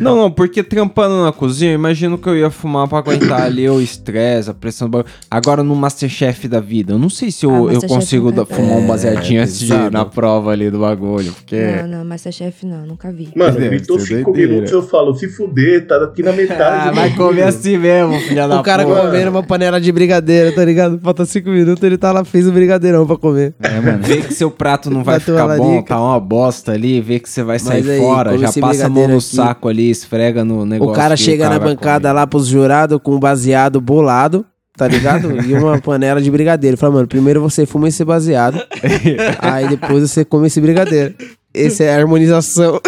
Speaker 2: Não, não, porque trampando na cozinha, eu imagino que eu ia fumar pra aguentar ali o estresse, a pressão do bagulho. Agora no Masterchef da vida, eu não sei se
Speaker 4: Ah,
Speaker 2: eu, eu
Speaker 4: Masterchef
Speaker 2: consigo
Speaker 4: nunca
Speaker 2: da-
Speaker 4: dá.
Speaker 2: fumar um
Speaker 3: É,
Speaker 2: baseadinho assim
Speaker 3: pesado.
Speaker 2: na prova ali do bagulho,
Speaker 3: Ah,
Speaker 2: porque.
Speaker 4: Não, não, Masterchef não, nunca vi.
Speaker 1: Mano,
Speaker 2: Deve
Speaker 1: gritou
Speaker 2: ser
Speaker 1: cinco
Speaker 2: doideira.
Speaker 1: minutos, eu falo, se fuder, tá aqui na metade.
Speaker 2: Ah,
Speaker 1: do
Speaker 2: vai
Speaker 1: bagulho.
Speaker 2: comer assim mesmo, filha da
Speaker 3: O
Speaker 5: Ah,
Speaker 3: cara
Speaker 2: porra.
Speaker 3: comendo uma panela de brigadeiro, tá ligado? Falta cinco minutos, ele tá lá, fez o brigadeirão pra comer.
Speaker 5: É, mano.
Speaker 2: Vê que seu prato não vai
Speaker 3: Bateu
Speaker 2: ficar
Speaker 3: a
Speaker 2: bom,
Speaker 3: larica.
Speaker 2: tá uma bosta ali, vê que você vai sair
Speaker 3: Mas aí,
Speaker 2: fora,
Speaker 3: come
Speaker 2: já
Speaker 3: esse
Speaker 2: passa a mão no
Speaker 3: brigadeiro aqui,
Speaker 2: saco ali, esfrega no negócio.
Speaker 3: O cara
Speaker 2: que
Speaker 3: chega na
Speaker 2: cara
Speaker 3: bancada
Speaker 2: come.
Speaker 3: lá pros jurados com um baseado bolado, tá ligado? E uma panela de brigadeiro. Fala, mano, primeiro você fuma esse baseado, aí depois você come esse brigadeiro. Essa é a harmonização.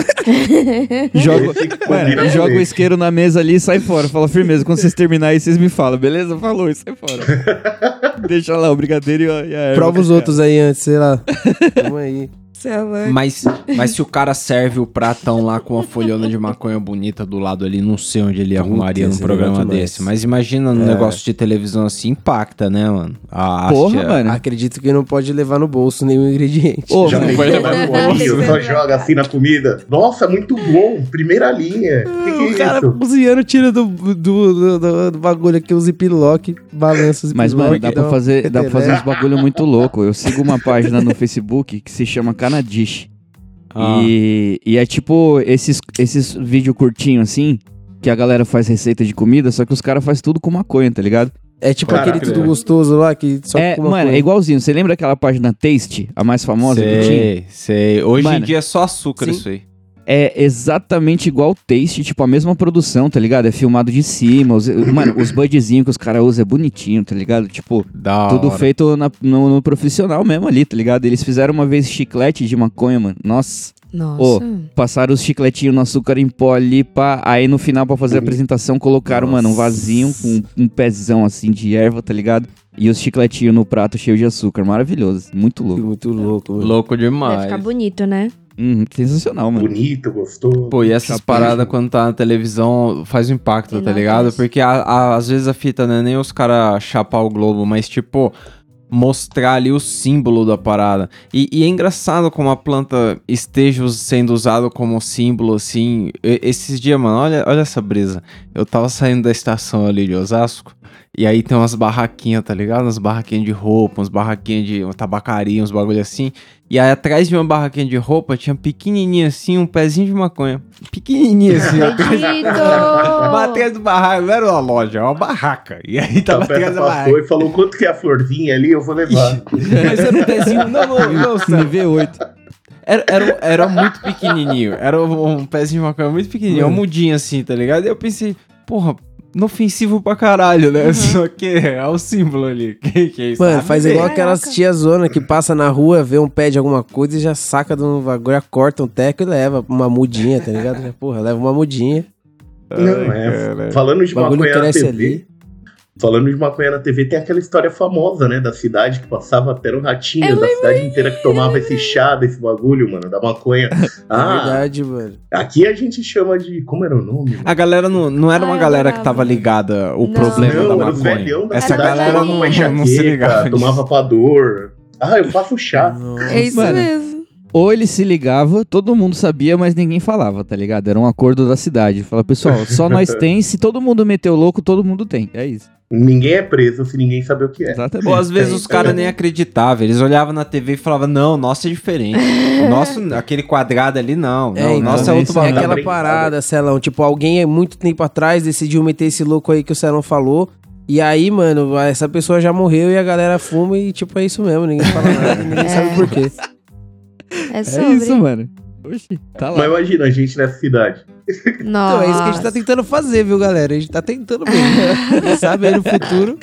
Speaker 5: Joga,
Speaker 1: Esse que
Speaker 5: Mano,
Speaker 1: combina
Speaker 5: joga
Speaker 1: com
Speaker 5: o
Speaker 1: ele.
Speaker 5: isqueiro na mesa ali e sai fora. Fala firmeza. Quando vocês terminarem, vocês me falam. Beleza? Falou e sai fora. Deixa lá o brigadeiro e a, e a erva.
Speaker 3: Prova os outros aí antes, sei lá. Tamo aí.
Speaker 2: Mas, mas se o cara serve o pratão lá com uma folhona de maconha bonita do lado ali, não sei onde ele arrumaria num
Speaker 3: esse
Speaker 2: programa
Speaker 3: negócio é
Speaker 2: desse. Mas imagina
Speaker 5: É.
Speaker 2: num negócio de televisão assim, impacta, né, mano? A
Speaker 5: Porra,
Speaker 2: haste-
Speaker 5: mano.
Speaker 3: Acredito que não pode levar no bolso nenhum ingrediente.
Speaker 5: Ô,
Speaker 1: Já
Speaker 5: mano,
Speaker 1: tem
Speaker 2: vai
Speaker 1: que
Speaker 2: levar
Speaker 1: levar
Speaker 2: no
Speaker 1: no olho,
Speaker 4: bolso.
Speaker 1: só joga assim na comida. Nossa, muito bom. Primeira linha. Que que é
Speaker 3: O cara
Speaker 1: isso?
Speaker 3: cozinhando tira do, do, do, do- do bagulho aqui o ziplock, balança o ziplock.
Speaker 5: Mas, mano, dá
Speaker 3: dá
Speaker 5: pra
Speaker 3: um
Speaker 5: fazer, dá pra fazer uns
Speaker 3: peteleco.
Speaker 5: bagulho muito louco. Eu sigo uma página no Facebook que se chama Canadish.
Speaker 2: Ah,
Speaker 5: E, e é tipo esses, esses vídeos curtinhos assim, que a galera faz receita de comida, só que os caras fazem tudo com maconha, tá ligado?
Speaker 3: É tipo
Speaker 1: Caraca,
Speaker 3: aquele tudo
Speaker 2: velho.
Speaker 3: gostoso lá que só
Speaker 5: é,
Speaker 3: com uma
Speaker 5: mano,
Speaker 3: coisa.
Speaker 5: é igualzinho. Você lembra aquela página Taste, a mais famosa que tinha?
Speaker 2: sei, sei. Hoje em
Speaker 5: Mano,
Speaker 2: dia é só açúcar
Speaker 5: sim.
Speaker 2: isso aí.
Speaker 5: é exatamente igual o Taste, tipo, a mesma produção, tá ligado? É filmado de cima. os- eh, mano, os budzinhos que os caras usam é bonitinho, tá ligado? Tipo,
Speaker 2: Da
Speaker 5: tudo
Speaker 2: hora.
Speaker 5: feito na- no, no profissional mesmo ali, tá ligado? Eles fizeram uma vez chiclete de maconha, mano. Nossa.
Speaker 4: Nossa.
Speaker 5: Ô, Passaram os chicletinhos no açúcar em pó ali, pá. Aí no final, pra fazer a apresentação, colocaram, mano, um
Speaker 2: Nossa.
Speaker 5: vasinho com um pezão assim de erva, tá ligado? E os chicletinhos no prato cheio de açúcar. Maravilhoso. Muito louco.
Speaker 3: Muito louco, mano.
Speaker 2: Louco
Speaker 4: Vai
Speaker 2: demais.
Speaker 4: ficar bonito, né?
Speaker 5: Hum, sensacional, mano.
Speaker 1: Bonito, gostoso.
Speaker 2: Pô, e essas
Speaker 5: Chapéu.
Speaker 2: paradas quando tá na televisão faz um impacto,
Speaker 4: E
Speaker 2: tá
Speaker 4: não
Speaker 2: ligado?
Speaker 4: faz.
Speaker 2: Porque a- a- às vezes a fita não é nem os caras chapar o globo, mas tipo, mostrar ali o símbolo da parada. E, e é engraçado como a planta esteja us- sendo usada como símbolo, assim. E- esses dias, mano, olha, olha essa brisa. Eu tava saindo da estação ali de Osasco. E aí tem umas barraquinhas, tá ligado? Umas barraquinhas de roupa, umas barraquinhas de uma tabacaria, uns bagulho assim. E aí atrás de uma barraquinha de roupa tinha pequenininha assim, um pezinho de maconha. Pequenininha assim, ó.
Speaker 4: Acredito!
Speaker 2: Atrás do barraco, não era uma loja, era uma barraca. E aí
Speaker 1: Então,
Speaker 2: tava
Speaker 1: a
Speaker 2: atrás
Speaker 1: peça
Speaker 2: da
Speaker 1: passou
Speaker 2: barraca.
Speaker 1: e falou quanto que é a florzinha ali, eu vou levar.
Speaker 2: Mas era um pezinho, não, não, não, sério.
Speaker 5: V8.
Speaker 2: Era, era, era muito pequenininho. Era um, um pezinho de maconha muito pequenininho. Uma mudinha assim, tá ligado? E eu pensei, porra, inofensivo pra caralho, né? Só que é o símbolo ali. Que, que é isso?
Speaker 3: Mano, faz igual
Speaker 4: Caraca.
Speaker 3: aquelas tia zona que passa na rua, vê um pé de alguma coisa e já saca de um bagulho, corta um teco e leva uma mudinha, tá ligado? Já, Porra, leva uma mudinha.
Speaker 1: Não, é. Falando de
Speaker 3: O bagulho
Speaker 1: maconha na
Speaker 3: cresce
Speaker 1: TV.
Speaker 3: ali.
Speaker 1: Falando de maconha na TV, tem aquela história famosa, né? Da cidade que passava até um
Speaker 3: É
Speaker 1: ratinho, da cidade inteira que tomava esse chá desse bagulho, mano, da maconha.
Speaker 3: É
Speaker 1: Ah,
Speaker 3: verdade, mano.
Speaker 1: aqui a gente chama de. Como era o nome? mano?
Speaker 2: A galera não, não era
Speaker 4: Ah,
Speaker 2: uma
Speaker 4: eu
Speaker 2: galera que
Speaker 4: adorava.
Speaker 2: tava ligada o
Speaker 4: Não.
Speaker 2: problema
Speaker 1: não,
Speaker 2: da
Speaker 1: era os velhão
Speaker 2: maconha.
Speaker 1: da
Speaker 2: Essa
Speaker 1: cidade que
Speaker 2: galera
Speaker 1: tomava
Speaker 2: não,
Speaker 1: uma
Speaker 2: não se ligava.
Speaker 1: enxaqueca, tomava pra dor. Ah, eu faço
Speaker 3: Tá.
Speaker 1: chá.
Speaker 4: É isso
Speaker 5: Mano,
Speaker 4: mesmo.
Speaker 5: Ou ele se ligava, todo mundo sabia, mas ninguém falava, tá ligado? Era um acordo da cidade. Fala, pessoal, só nós tem, se todo mundo meteu louco, todo mundo tem. É isso.
Speaker 1: Ninguém é preso se ninguém saber o que é.
Speaker 5: Exatamente.
Speaker 2: Ou às vezes os caras nem acreditavam, eles olhavam na TV e falavam, não, nossa é diferente. O nosso, aquele quadrado ali, não. não o
Speaker 3: então,
Speaker 2: nosso é
Speaker 5: mas
Speaker 2: outro
Speaker 5: isso
Speaker 3: É
Speaker 5: é
Speaker 2: bagulho.
Speaker 1: Tá
Speaker 3: aquela
Speaker 1: brincando.
Speaker 3: parada, Celão. Tipo, alguém há muito tempo atrás decidiu meter esse louco aí que o Celão falou. E aí, mano, essa pessoa já morreu e a galera fuma e, tipo, é isso mesmo. Ninguém fala nada, ninguém sabe por quê.
Speaker 4: É
Speaker 5: É
Speaker 4: sobre.
Speaker 5: isso, mano. Oxi, tá lá.
Speaker 1: Mas imagina a gente nessa cidade.
Speaker 4: Nossa.
Speaker 3: Então, é isso que a gente tá tentando fazer, viu, galera? A gente tá tentando mesmo. Quem sabe aí no
Speaker 5: né?
Speaker 3: futuro.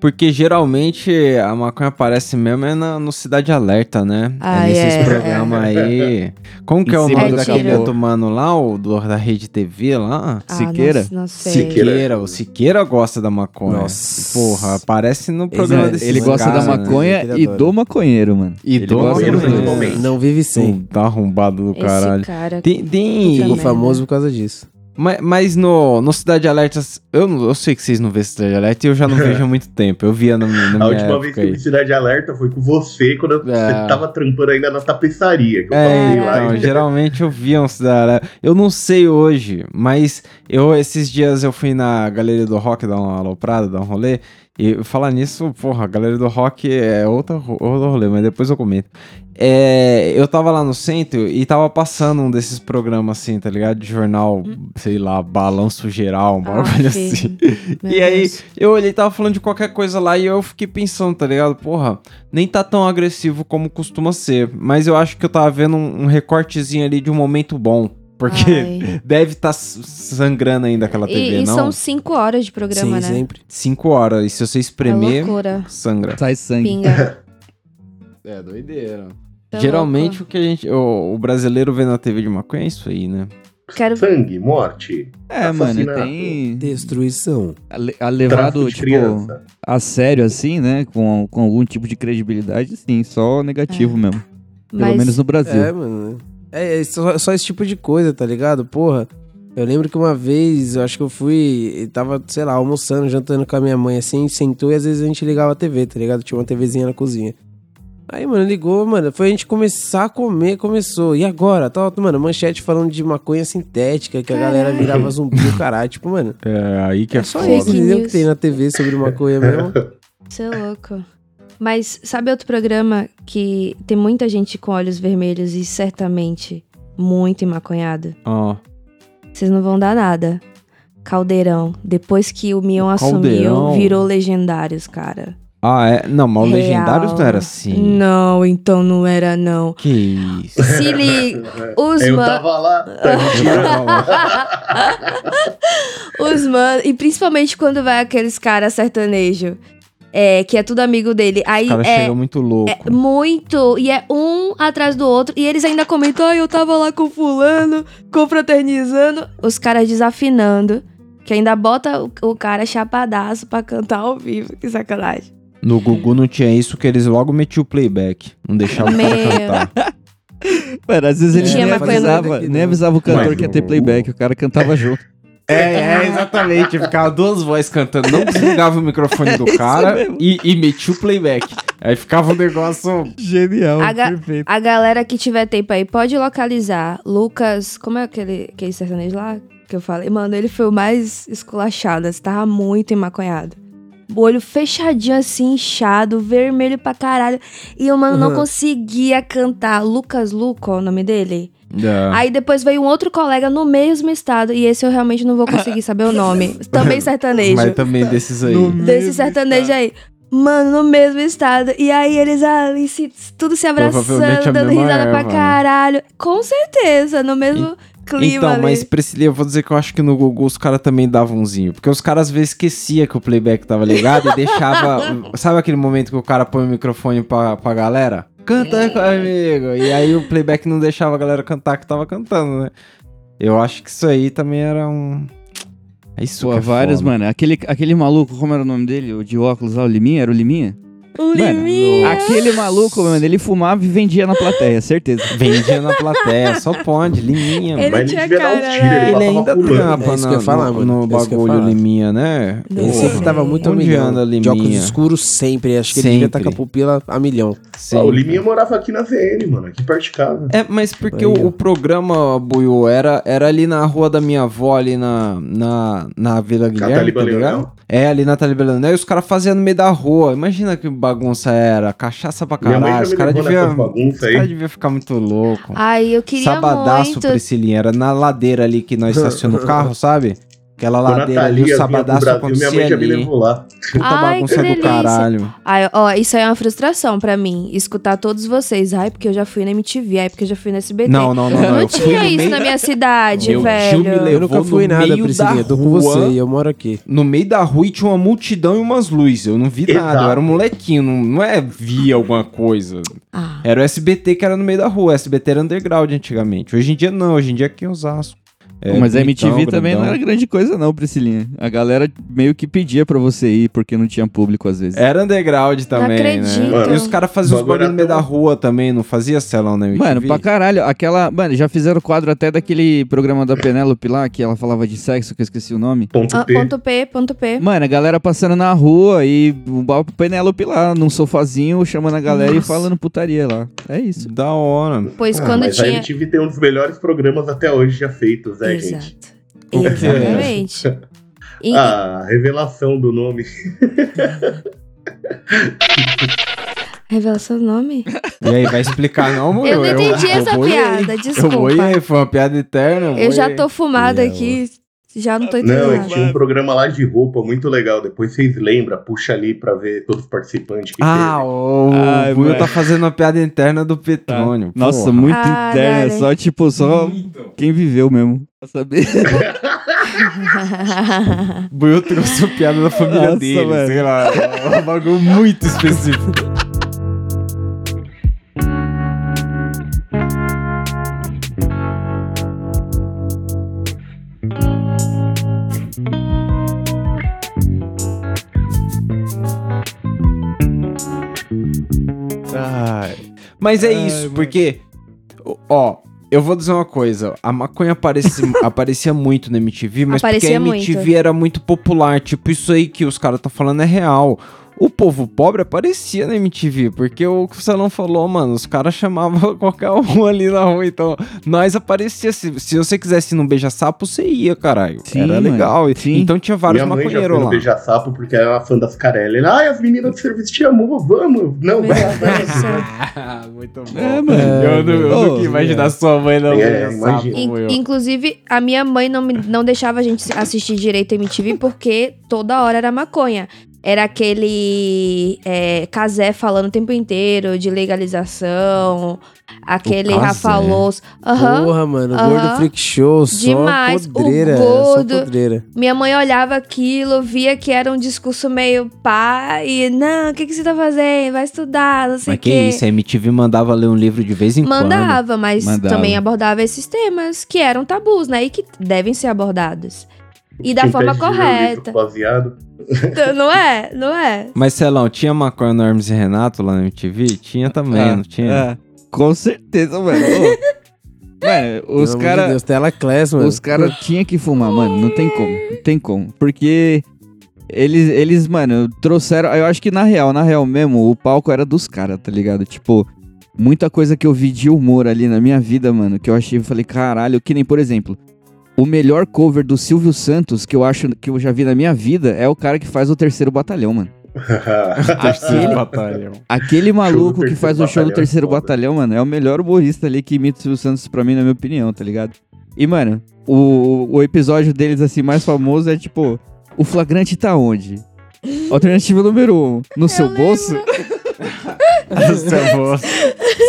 Speaker 2: Porque geralmente a maconha aparece mesmo é na, no Cidade Alerta, né?
Speaker 4: Ah,
Speaker 2: é nesses
Speaker 4: é,
Speaker 2: programas aí. Como que
Speaker 5: Em
Speaker 2: é o
Speaker 5: cima
Speaker 2: nome
Speaker 4: do
Speaker 2: daquele
Speaker 4: tiro.
Speaker 2: outro mano lá, o do, da Rede TV lá?
Speaker 4: Ah,
Speaker 5: Siqueira?
Speaker 4: Não, não sei.
Speaker 1: Siqueira.
Speaker 2: O Siqueira gosta da maconha.
Speaker 3: Nossa.
Speaker 2: é. Porra, aparece no programa
Speaker 3: Ele-
Speaker 2: desse
Speaker 5: ele gosta
Speaker 2: cara,
Speaker 5: da
Speaker 2: né?
Speaker 5: maconha
Speaker 3: né? Ele
Speaker 5: e
Speaker 3: adora.
Speaker 5: do maconheiro, mano.
Speaker 2: E
Speaker 5: Ele
Speaker 2: do
Speaker 5: gosta
Speaker 1: maconheiro,
Speaker 5: dos dois.
Speaker 1: principalmente.
Speaker 3: Não vive sem.
Speaker 2: Tá arrombado do
Speaker 4: Esse
Speaker 2: caralho.
Speaker 4: cara.
Speaker 2: Tem, tem-
Speaker 4: Puta
Speaker 3: Ficou
Speaker 4: merda.
Speaker 3: famoso por causa disso.
Speaker 2: Mas, mas no, no Cidade Alerta, eu, não- eu sei que vocês não vêem Cidade Alerta e eu já não vejo há muito tempo. Eu via na, na minha
Speaker 1: A última
Speaker 2: época
Speaker 1: vez que eu
Speaker 2: aí.
Speaker 1: vi Cidade Alerta foi com você, quando eu-
Speaker 2: É.
Speaker 1: você tava trampando ainda na tapeçaria. Que eu
Speaker 2: É,
Speaker 1: passei lá.
Speaker 2: então,
Speaker 1: e-
Speaker 2: geralmente eu via uns da... Eu não sei hoje, mas eu esses dias eu fui na Galeria do Rock dar uma aloprada, dar um rolê, e falar nisso, porra, a Galeria do Rock é outra, ro- outro rolê, mas depois eu comento. É, eu tava lá no centro e tava passando um desses programas assim, tá ligado? De jornal, sei lá, Balanço Geral, um
Speaker 4: Ah,
Speaker 2: bagulho
Speaker 4: filho.
Speaker 2: assim.
Speaker 4: Meu
Speaker 2: E aí,
Speaker 4: Deus.
Speaker 2: eu olhei, tava falando de qualquer coisa lá e eu fiquei pensando, tá ligado? Porra, nem tá tão agressivo como costuma ser. Mas eu acho que eu tava vendo um, um recortezinho ali de um momento bom. Porque deve estar sangrando ainda aquela TV,
Speaker 4: E, e
Speaker 2: não?
Speaker 4: são cinco horas de programa,
Speaker 3: Sim,
Speaker 4: né?
Speaker 3: sempre.
Speaker 2: Cinco horas. E se você
Speaker 4: É
Speaker 2: espremer,
Speaker 4: loucura.
Speaker 2: sangra.
Speaker 5: Sai sangue.
Speaker 4: Pinga.
Speaker 2: É, doideira.
Speaker 4: Tá
Speaker 2: Geralmente
Speaker 4: louco.
Speaker 2: o que a gente. O, o brasileiro vê na TV de maconha é isso aí, né?
Speaker 4: Quero
Speaker 1: Sangue, morte,
Speaker 5: É, mano,
Speaker 1: Assassinato.
Speaker 5: tem.
Speaker 3: Destruição.
Speaker 5: a le- A
Speaker 1: tráfico
Speaker 5: levado,
Speaker 1: de
Speaker 5: tipo,
Speaker 1: criança.
Speaker 5: a sério assim, né? Com, com algum tipo de credibilidade, sim, só negativo mesmo. Pelo
Speaker 4: É. Mas-
Speaker 5: menos no Brasil.
Speaker 3: É, mano. É, é só, só esse tipo de coisa, tá ligado? Porra. Eu lembro que uma vez, eu acho que eu fui, e tava, sei lá, almoçando, jantando com a minha mãe, assim, sentou e às vezes a gente ligava a TV, tá ligado? Tinha uma TVzinha na cozinha. Aí, mano, ligou, mano, foi a gente começar a comer, começou. E agora? Tá, mano, manchete falando de maconha sintética, que a galera virava zumbi, o caralho. Tipo, mano,
Speaker 2: É aí que é,
Speaker 3: só
Speaker 2: foda.
Speaker 4: Fake
Speaker 3: isso entendeu que
Speaker 4: news.
Speaker 3: tem na TV sobre maconha
Speaker 2: né?
Speaker 3: mesmo.
Speaker 4: Você é louco. Mas sabe outro programa que tem muita gente com olhos vermelhos e certamente muito emaconhado?
Speaker 2: Ó,
Speaker 4: Vocês não vão dar nada. Caldeirão. Depois que o Mion assumiu,
Speaker 2: Caldeirão.
Speaker 4: virou legendários, cara.
Speaker 2: Ah, é. Não, mas o
Speaker 4: Real.
Speaker 2: Legendários não era assim.
Speaker 4: Não, então não era, não.
Speaker 2: Que isso.
Speaker 4: Se liga. Os
Speaker 1: Eu
Speaker 4: man-
Speaker 1: tava lá, tá mentindo.
Speaker 4: Os man... E principalmente quando vai aqueles caras sertanejo. É, que é tudo amigo dele. Aí
Speaker 2: O cara
Speaker 4: é,
Speaker 2: chega muito louco.
Speaker 4: É muito. E é um atrás do outro. E eles ainda comentam: ah, eu tava lá com fulano, confraternizando. Os caras desafinando. Que ainda bota o, o cara chapadaço pra cantar ao vivo. Que sacanagem.
Speaker 2: No Gugu não tinha isso que eles logo metiam o playback. Não deixavam o
Speaker 4: Meu.
Speaker 2: cara cantar.
Speaker 5: Mano, às vezes ele
Speaker 4: Tinha
Speaker 5: nem
Speaker 4: maconha
Speaker 5: avisava,
Speaker 3: doida aqui,
Speaker 5: nem
Speaker 3: né?
Speaker 5: avisava o cantor
Speaker 1: Mas
Speaker 5: que ia
Speaker 1: o-
Speaker 5: ter playback, o cara cantava junto.
Speaker 2: É, é, exatamente. Ficava duas vozes cantando. Não desligava o microfone do cara
Speaker 5: mesmo.
Speaker 2: e, e metia o playback. Aí ficava um negócio.
Speaker 5: Genial,
Speaker 4: A ga-
Speaker 5: perfeito.
Speaker 4: A galera que tiver tempo aí pode localizar. Lucas. Como é aquele, aquele sertanejo lá que eu falei? Mano, ele foi o mais esculachado. Assim, tava muito emaconhado. O olho fechadinho assim, inchado, vermelho pra caralho. E o mano não
Speaker 3: Uhum.
Speaker 4: conseguia cantar. Lucas Luco, é o nome dele?
Speaker 2: É.
Speaker 4: Aí depois veio um outro colega no mesmo estado, e esse eu realmente não vou conseguir saber o nome. Também sertanejo.
Speaker 2: Mas também desses aí.
Speaker 5: No
Speaker 4: Desse sertanejo aí. Mano, no mesmo estado. E aí eles ali, se, tudo se
Speaker 2: Provavelmente a
Speaker 4: abraçando, dando
Speaker 2: mesma
Speaker 4: risada pra
Speaker 2: erva, né?
Speaker 4: caralho. Com certeza, no mesmo clima
Speaker 2: Então,
Speaker 4: ali.
Speaker 2: mas Priscila, eu vou dizer que eu acho que no Google os caras também davam umzinho. Porque os caras às vezes esquecia que o playback tava ligado e deixava. sabe aquele momento que o cara põe o microfone pra, pra galera? Canta aí, amigo! E aí o playback não deixava a galera cantar que tava cantando, né? Eu acho que isso aí também era um. É isso,
Speaker 5: Pô,
Speaker 2: que é
Speaker 5: vários,
Speaker 2: foda.
Speaker 5: mano. Aquele, aquele maluco, como era o nome dele? O de óculos lá, o Liminha? Era o Liminha?
Speaker 4: Um
Speaker 5: Mano,
Speaker 4: liminha.
Speaker 5: Aquele maluco, mano, ele fumava e vendia na plateia, certeza.
Speaker 2: Vendia na plateia, só pode, liminha. mano.
Speaker 4: Ele
Speaker 1: Mas ele
Speaker 4: tinha
Speaker 1: devia dar um
Speaker 4: cara,
Speaker 1: tiro,
Speaker 4: né?
Speaker 1: ele
Speaker 2: Ele
Speaker 1: passava
Speaker 2: ainda
Speaker 1: pulando.
Speaker 2: trampa
Speaker 3: É isso que eu
Speaker 2: no,
Speaker 3: ia falar,
Speaker 2: no-
Speaker 3: mano.
Speaker 2: no
Speaker 3: É isso que eu ia
Speaker 2: bagulho
Speaker 3: falar.
Speaker 2: liminha, né?
Speaker 4: Não
Speaker 3: Ele
Speaker 2: Porra,
Speaker 4: sei.
Speaker 3: sempre tava muito a
Speaker 2: Onde
Speaker 3: milhão.
Speaker 2: anda a
Speaker 3: De óculos
Speaker 2: Liminha?
Speaker 3: escuros sempre. Acho que ele devia estar com a
Speaker 2: Sempre.
Speaker 3: pupila a milhão.
Speaker 1: Ah,
Speaker 2: sempre.
Speaker 1: o Liminha morava aqui na ZN, mano, aqui perto de casa.
Speaker 2: É, mas porque
Speaker 3: Aí,
Speaker 2: o,
Speaker 3: ó.
Speaker 2: o programa, Buiu, era, era ali na rua da minha avó, ali na, na, na Vila Guilherme,
Speaker 1: Taliba
Speaker 2: tá ligado?
Speaker 1: Leonel.
Speaker 2: É, ali na Taliba Leonel, e os caras faziam no meio da rua. Imagina que bagunça era, cachaça pra
Speaker 1: Minha mãe
Speaker 2: caralho,
Speaker 1: já
Speaker 2: os
Speaker 1: me
Speaker 2: caras
Speaker 1: levou nessas
Speaker 2: deviam... Os
Speaker 1: bagunças
Speaker 2: caras
Speaker 1: aí.
Speaker 2: deviam ficar muito louco.
Speaker 4: Ai, eu Ah, queria
Speaker 2: Sabadaço,
Speaker 4: muito.
Speaker 2: Priscilinha, era na ladeira ali que nós estacionamos o carro, sabe? Aquela
Speaker 1: Dona
Speaker 2: ladeira ali,
Speaker 1: Thalia
Speaker 2: o
Speaker 1: vinha pro
Speaker 2: sabadaço
Speaker 1: Brasil, minha
Speaker 2: acontecia
Speaker 1: mãe já me
Speaker 2: ali.
Speaker 1: levou lá.
Speaker 2: Puta
Speaker 4: Ai, que
Speaker 2: bagunça do
Speaker 4: delícia.
Speaker 2: caralho.
Speaker 4: Ai, ó, isso aí é uma frustração pra mim. Escutar todos vocês. Ai, porque eu já fui na MTV, ai, porque eu já fui na SBT.
Speaker 2: Não, não, não, não. eu fui
Speaker 4: tinha
Speaker 2: no
Speaker 4: isso
Speaker 2: meio-
Speaker 4: na minha cidade,
Speaker 2: Meu
Speaker 4: velho.
Speaker 2: tio me levou.
Speaker 3: Eu, nunca
Speaker 2: vou
Speaker 3: fui
Speaker 2: no
Speaker 3: nada,
Speaker 2: meio
Speaker 3: Priscilinha.
Speaker 2: da
Speaker 3: Tô com
Speaker 2: rua.
Speaker 3: você e eu moro aqui.
Speaker 2: no meio da rua e tinha uma multidão e umas luzes. Eu não vi nada, eu
Speaker 1: Exato.
Speaker 2: era um molequinho, não, não é via alguma coisa.
Speaker 4: Ah,
Speaker 2: Era o SBT que era no meio da rua, o SBT era underground antigamente. Hoje em dia não, hoje em dia aqui é Osasco. É,
Speaker 5: Mas a
Speaker 2: bonitão,
Speaker 5: MTV também não
Speaker 2: grandão.
Speaker 5: era grande coisa não, Priscilinha. A galera meio que pedia pra você ir, porque não tinha público às vezes.
Speaker 2: Era underground também,
Speaker 4: acredito.
Speaker 2: né?
Speaker 1: Mano,
Speaker 2: e os caras faziam os
Speaker 1: bagulho
Speaker 2: bagulho
Speaker 1: era
Speaker 2: no meio da
Speaker 1: tão-
Speaker 2: rua também, não fazia celão na MTV?
Speaker 5: Mano, pra caralho, aquela... Mano, já fizeram quadro até daquele programa da Penélope lá, que ela falava de sexo, que eu esqueci o nome.
Speaker 1: Ponto
Speaker 4: ah,
Speaker 1: P.
Speaker 4: ponto P, ponto P.
Speaker 5: Mano, a galera passando na rua e o ba- Penélope lá, num sofazinho, chamando a galera e
Speaker 4: Nossa.
Speaker 5: falando putaria lá. É isso.
Speaker 2: Da hora.
Speaker 4: Pois
Speaker 1: Ah,
Speaker 4: quando
Speaker 1: mas a
Speaker 4: tinha.
Speaker 1: MTV tem um dos melhores programas até hoje já feitos, né, gente?
Speaker 4: Exato.
Speaker 2: Como que é?
Speaker 4: Exatamente. E-
Speaker 1: Ah, A revelação do nome.
Speaker 4: Revelação do nome?
Speaker 2: E aí, vai explicar não, mano?
Speaker 4: Eu não entendi essa
Speaker 2: vou ir aí.
Speaker 4: piada,
Speaker 2: Eu vou ir
Speaker 4: desculpa.
Speaker 2: aí, foi uma piada eterna.
Speaker 4: Eu
Speaker 2: vou
Speaker 4: já
Speaker 2: ir
Speaker 4: tô fumada
Speaker 2: É,
Speaker 4: aqui. Já não tô entendendo
Speaker 1: Não, e
Speaker 4: nada.
Speaker 1: tinha um programa lá de roupa muito legal. Depois vocês lembram, puxa ali pra ver todos os participantes que
Speaker 2: Ah, o
Speaker 5: Ai,
Speaker 2: Buio
Speaker 5: velho.
Speaker 2: tá fazendo a piada interna do Petrônio.
Speaker 5: Nossa,
Speaker 2: porra.
Speaker 5: muito
Speaker 4: Ah,
Speaker 5: interna.
Speaker 4: velho.
Speaker 5: Só, tipo, só quem viveu mesmo. Pra saber.
Speaker 2: O Buio trouxe a piada da família
Speaker 5: Nossa,
Speaker 2: dele,
Speaker 5: velho.
Speaker 2: Ah, sei lá. É um bagulho muito específico. Ai. Mas é isso, porque. Ó, eu vou dizer uma coisa. A maconha apareci- aparecia muito na MTV, mas
Speaker 4: Aparecia
Speaker 2: porque a
Speaker 4: muito.
Speaker 2: MTV era muito popular. Tipo, isso aí que os caras estão falando é real. O povo pobre aparecia na MTV, porque o que você não falou, mano, os caras chamavam qualquer um ali na rua, então nós aparecia. Se, se você quisesse ir num beija-sapo, você ia, caralho.
Speaker 5: Sim,
Speaker 2: Era
Speaker 5: mano.
Speaker 2: legal.
Speaker 5: Sim.
Speaker 2: Então tinha vários
Speaker 1: Minha mãe já foi
Speaker 2: maconheiros
Speaker 1: no
Speaker 2: lá.
Speaker 1: Beija-Sapo porque ela era fã das Carelli. Ela, Ai, as meninas do serviço te amam, vamos. Não, vai lá, vai
Speaker 4: Meu Deus do
Speaker 1: lá.
Speaker 4: céu.
Speaker 2: Ah, Muito bom.
Speaker 5: É, mano.
Speaker 2: Eu, não- eu
Speaker 5: Ô,
Speaker 2: nunca ia imaginar sua mãe não.
Speaker 1: É,
Speaker 2: beija-sapo,
Speaker 1: imagina.
Speaker 4: In-
Speaker 2: como eu.
Speaker 4: Inclusive, a minha mãe não, me- não deixava a gente assistir direito MTV porque toda hora era maconha. Era aquele é, Casé falando o tempo inteiro de legalização, aquele
Speaker 5: O Cazé?
Speaker 4: Rafa Lous. Aham.
Speaker 3: Porra, mano,
Speaker 4: aham.
Speaker 3: Gordo Freak Show, só
Speaker 4: Demais, o
Speaker 3: podreira,
Speaker 4: gordo.
Speaker 3: só podreira.
Speaker 4: Minha mãe olhava aquilo, via que era um discurso meio pá e, não, o que, que você tá fazendo? Vai estudar, não sei
Speaker 2: Mas
Speaker 4: o
Speaker 2: que
Speaker 4: quê.
Speaker 2: isso, a MTV mandava ler um livro de vez em quando.
Speaker 4: Mandava, mas
Speaker 5: Mandava.
Speaker 4: também abordava esses temas que eram tabus, né? E que devem ser abordados. E da
Speaker 1: Quem
Speaker 4: forma
Speaker 1: pede um de ler o livro
Speaker 4: correta.
Speaker 1: Baseado.
Speaker 4: Então, não é? Não é?
Speaker 2: Mas, Celão, tinha maconha no Hermes e Renato lá na MTV? Tinha também,
Speaker 5: Ah,
Speaker 2: não tinha?
Speaker 5: ah, com certeza, mano. Ô, mano,
Speaker 3: Pelo
Speaker 5: os
Speaker 3: amor de
Speaker 5: caras.
Speaker 3: Deus, tela class, mano.
Speaker 5: Os caras tinham que fumar, mano. Não tem como. Não tem como. Porque eles, eles, mano, trouxeram. Eu acho que na real, na real mesmo, o palco era dos caras, tá ligado? Tipo, muita coisa que eu vi de humor ali na minha vida, mano, que eu achei, eu falei, caralho, que nem, por exemplo. O melhor cover do Silvio Santos que eu acho que eu já vi na minha vida é o cara que faz o terceiro batalhão, mano.
Speaker 2: Terceiro batalhão.
Speaker 5: Aquele
Speaker 1: Show do
Speaker 5: maluco que
Speaker 1: Terceiro
Speaker 5: faz o show do
Speaker 1: Batalhão é
Speaker 5: terceiro
Speaker 1: foda.
Speaker 5: batalhão, mano, é o melhor humorista ali que imita o Silvio Santos pra mim, na minha opinião, tá ligado? E, mano, o, o episódio deles, assim, mais famoso é tipo: O flagrante tá onde? Alternativa número um, no seu bolso?
Speaker 2: Seu rosto.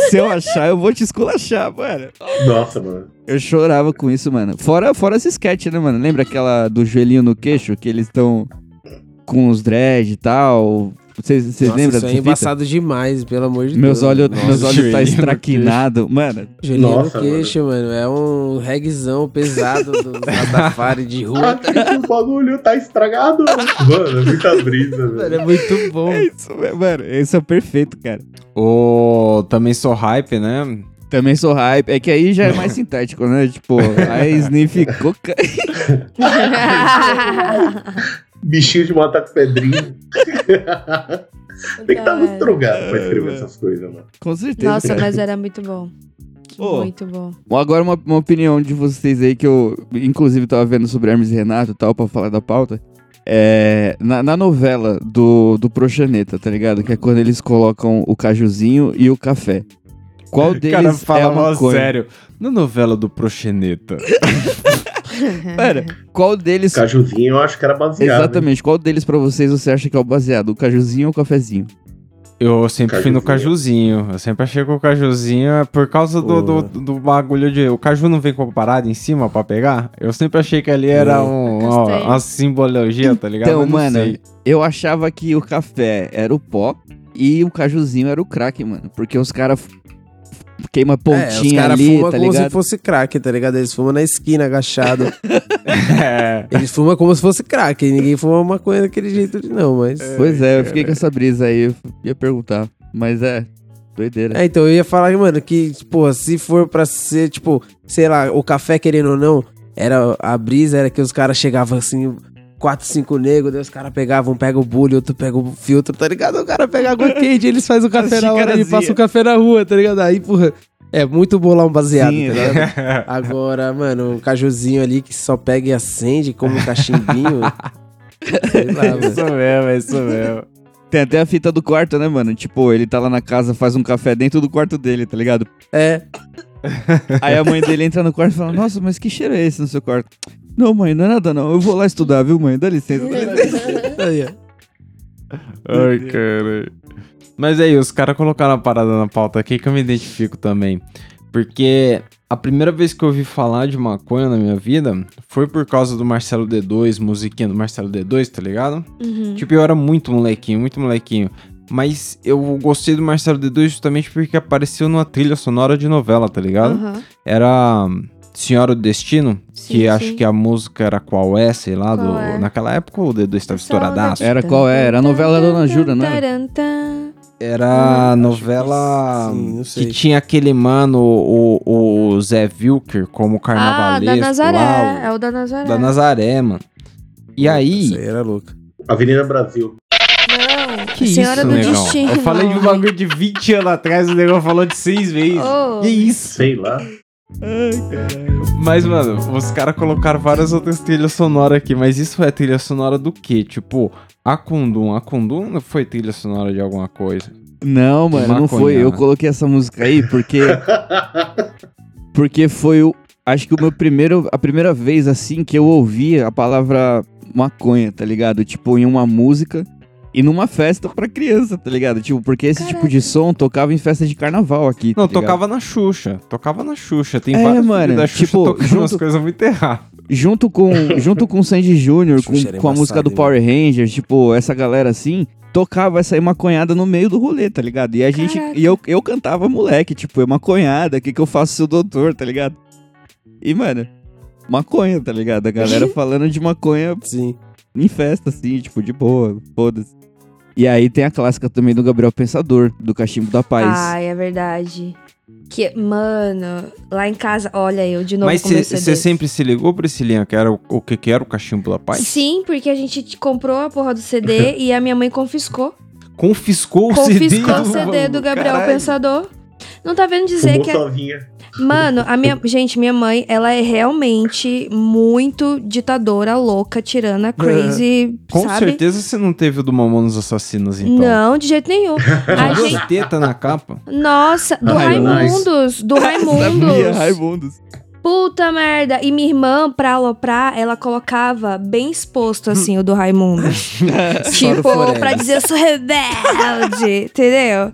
Speaker 5: Se eu achar, eu vou te esculachar, mano.
Speaker 1: Nossa, mano.
Speaker 5: Eu chorava com isso, mano. Fora, fora esse sketch, né, mano? Lembra aquela do joelhinho no queixo, que eles estão com os dread e tal? Vocês vocês
Speaker 3: Nossa,
Speaker 5: lembram
Speaker 3: isso aí é
Speaker 5: dessa fita?
Speaker 3: embaçado demais, pelo amor de Deus.
Speaker 5: Meus olhos,
Speaker 3: Nossa,
Speaker 5: meus olhos
Speaker 2: joelhinho
Speaker 5: tá
Speaker 2: no
Speaker 5: estraquinado. Mano,
Speaker 3: joelhinho no
Speaker 1: Nossa,
Speaker 3: queixo, mano. É um reggaezão pesado do Rastafari de rua.
Speaker 1: Ah, o bagulho tá estragado. mano, é muita brisa,
Speaker 3: mano,
Speaker 1: velho.
Speaker 3: é muito bom.
Speaker 5: É isso, velho, mano. Esse é o perfeito, cara.
Speaker 2: Ô, também sou hype, né?
Speaker 5: Também sou hype. É que aí já é mais sintético, né? Tipo, aí sniff coca.
Speaker 1: Bichinho de matar com pedrinha. Tem que estar muito
Speaker 4: Cara,
Speaker 1: drogado pra escrever
Speaker 5: É,
Speaker 1: essas coisas, mano.
Speaker 5: Com certeza.
Speaker 4: Nossa,
Speaker 5: cara.
Speaker 4: mas era muito bom.
Speaker 5: Ô.
Speaker 4: Muito bom.
Speaker 5: Bom, Agora uma, uma opinião de vocês aí que eu, inclusive, tava vendo sobre Hermes e Renato e tal, pra falar da pauta. É, na, na novela do, do Proxaneta, tá ligado? Que é quando eles colocam o cajuzinho e o café. Qual deles
Speaker 2: cara fala
Speaker 5: é a
Speaker 2: mó
Speaker 5: maconha?
Speaker 2: sério. Na novela do Proxeneta.
Speaker 5: Pera, qual deles...
Speaker 1: Cajuzinho eu acho que era baseado. hein?
Speaker 5: Exatamente, qual deles pra vocês você acha que é o baseado? O cajuzinho ou o cafezinho?
Speaker 2: Eu sempre fui no Cajuzinho. Eu sempre achei que o Cajuzinho é por causa do, do, do bagulho de. O Caju não vem com a parada em cima pra pegar? Eu sempre achei que ali era um, uma,
Speaker 4: Castanha.
Speaker 2: uma simbologia, tá ligado?
Speaker 5: é Então,
Speaker 2: Mas não
Speaker 5: mano,
Speaker 2: sei.
Speaker 5: eu achava que o café era o pó e o cajuzinho era o crack, mano. Porque os caras f- f- queima
Speaker 3: É, os
Speaker 5: pontinha
Speaker 3: caras
Speaker 5: ali,
Speaker 3: fumam
Speaker 5: tá
Speaker 3: como
Speaker 5: ligado?
Speaker 3: se fosse crack, tá ligado? Eles fumam na esquina, agachado.
Speaker 2: É.
Speaker 3: Eles fumam como se fosse crack. Ninguém fuma maconha daquele jeito ali, não, mas...
Speaker 5: Pois é, eu fiquei com essa brisa aí, eu f- ia perguntar. Mas é,
Speaker 2: né?
Speaker 5: doideira.
Speaker 3: É, então eu ia falar, mano, que, pô, se for pra ser, tipo, sei lá, o café querendo ou não, era a brisa era que os caras chegavam assim, quatro, cinco negros, daí os caras pegavam, um pega o bulho, outro pega o filtro, tá ligado? O cara pega água quente, eles fazem o café na hora, ele
Speaker 5: xicarazinha.
Speaker 3: passa o café na rua, tá ligado? Aí, porra, é muito bolão baseado,
Speaker 5: Sim,
Speaker 3: tá ligado?
Speaker 2: né?
Speaker 3: Agora, mano, um cajuzinho ali que só pega e acende como um cachimbinho. sei lá, mano.
Speaker 2: isso mesmo, é isso mesmo.
Speaker 5: Tem até a fita do quarto, né, mano? Tipo, ele tá lá na casa, faz um café dentro do quarto dele, tá ligado?
Speaker 3: É,
Speaker 5: Aí a mãe dele entra no quarto e fala, nossa, mas que cheiro é esse no seu quarto? Não, mãe, não é nada não. Eu vou lá estudar, viu, mãe? Dá licença. Dá licença.
Speaker 3: Aí, ó.
Speaker 2: Ai, cara. Mas aí, os caras colocaram a parada na pauta aqui que eu me identifico também. Porque a primeira vez que eu ouvi falar de maconha na minha vida foi por causa do Marcelo D2, musiquinha do Marcelo D2, tá ligado?
Speaker 4: Uhum.
Speaker 2: Tipo, eu era muito molequinho, muito molequinho. Mas eu gostei do Marcelo D2 justamente porque apareceu numa trilha sonora de novela, tá ligado?
Speaker 4: Aham.
Speaker 2: Era hum, Senhora do Destino,
Speaker 4: Sim,
Speaker 2: que
Speaker 4: sim.
Speaker 2: acho que a música era qual é, sei lá.
Speaker 4: Qual
Speaker 2: do-
Speaker 4: é?
Speaker 2: Naquela época o D2 estava
Speaker 4: Só
Speaker 2: estouradaço.
Speaker 4: da-
Speaker 5: Era qual é? Era a novela da Dona Jura, não era?
Speaker 4: Tarantã.
Speaker 2: Era a
Speaker 3: acho
Speaker 2: novela
Speaker 3: que sim, não
Speaker 2: hum, que
Speaker 3: sei.
Speaker 2: tinha aquele mano, o, o Zé Vilker, como
Speaker 4: Ah,
Speaker 2: carnavalesco
Speaker 4: da Nazaré.
Speaker 2: lá, o-
Speaker 4: É o da Nazaré.
Speaker 2: da Nazaré, mano. E
Speaker 3: Isso
Speaker 2: aí,
Speaker 3: aí era louco.
Speaker 1: Avenida Brasil.
Speaker 4: Não,
Speaker 2: que
Speaker 4: Senhora
Speaker 2: isso,
Speaker 4: do
Speaker 2: negão?
Speaker 4: Destino.
Speaker 2: Eu falei de um bagulho de 20 anos atrás, o negão falou de seis vezes.
Speaker 4: Ô.
Speaker 2: Que isso?
Speaker 1: Sei lá.
Speaker 2: Mas, mano, os caras colocaram várias outras trilhas sonoras aqui, mas isso é trilha sonora do quê? Tipo, a Kundum. A Kundum não foi trilha sonora de alguma coisa.
Speaker 5: Não, mano, não
Speaker 2: Maconha.
Speaker 5: foi. Eu coloquei essa música aí porque porque foi o acho que o meu primeiro a primeira vez assim que eu ouvi a palavra maconha, tá ligado? Tipo em uma música e numa festa pra criança, tá ligado? Tipo, porque esse tipo de som tocava em festa de carnaval aqui.
Speaker 2: Não,
Speaker 5: tá ligado?
Speaker 2: tocava na Xuxa. Tocava na Xuxa. Tem
Speaker 5: É,
Speaker 2: várias
Speaker 5: mano,
Speaker 2: trilhas da Xuxa
Speaker 5: tipo,
Speaker 2: tocando umas
Speaker 5: junto-
Speaker 2: coisas muito erradas.
Speaker 5: junto com junto com o Sandy Júnior, com,
Speaker 3: Xuxa era
Speaker 5: com a música do
Speaker 3: embaçada, hein,
Speaker 5: Power Rangers, tipo, essa galera assim, tocava essa aí maconhada no meio do rolê, tá ligado? E a gente
Speaker 4: Caraca.
Speaker 5: e eu, eu cantava moleque, tipo, é maconhada, o que que eu faço seu doutor, tá ligado? E mano, maconha, tá ligado? A galera falando de maconha
Speaker 3: Sim.
Speaker 5: em festa assim, tipo, de boa, foda-se. E aí tem a clássica também do Gabriel Pensador, do Cachimbo da Paz.
Speaker 4: Ai, é verdade. Que, mano, lá em casa, olha eu de novo
Speaker 2: Mas
Speaker 4: com meu CD.
Speaker 2: você sempre se ligou, Priscilinha, que era o, o que, que era o cachimbo da paz?
Speaker 4: Sim, porque a gente t- comprou a porra do CD e a minha mãe confiscou.
Speaker 2: Confiscou o CD.
Speaker 4: confiscou o CD do Gabriel
Speaker 2: Caralho.
Speaker 4: Pensador. Não tá vendo dizer
Speaker 1: Fumou
Speaker 4: que. a-
Speaker 1: sozinha.
Speaker 4: Mano, a minha. Gente, minha mãe, ela é realmente muito ditadora, louca, tirana, crazy,
Speaker 2: É, Com
Speaker 4: sabe?
Speaker 2: certeza você não teve o do Mamonos Assassinos, então.
Speaker 4: Não, de jeito nenhum. A
Speaker 2: Tinha duas
Speaker 4: gente,
Speaker 2: tetas na capa.
Speaker 4: nossa, do
Speaker 1: Ai,
Speaker 4: Raimundos, do
Speaker 5: Sabia,
Speaker 4: Raimundos.
Speaker 5: Raimundos.
Speaker 4: Puta merda! E minha irmã, pra aloprar, ela colocava bem exposto, assim, o do Raimundo. tipo,
Speaker 2: Fora
Speaker 4: pra dizer, eu sou rebelde, entendeu?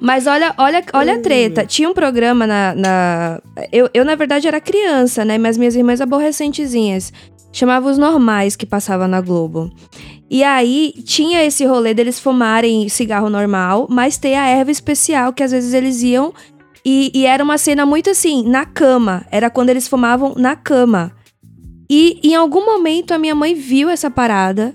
Speaker 4: Mas olha, olha, olha a treta. Tinha um programa na... na- Eu, eu, na verdade, era criança, né? Mas minhas irmãs aborrecentezinhas. Chamava Os Normais, que passava na Globo. E aí, tinha esse rolê deles fumarem cigarro normal, mas ter a erva especial, que às vezes eles iam e, e era uma cena muito assim, na cama. Era quando eles fumavam na cama. E em algum momento a minha mãe viu essa parada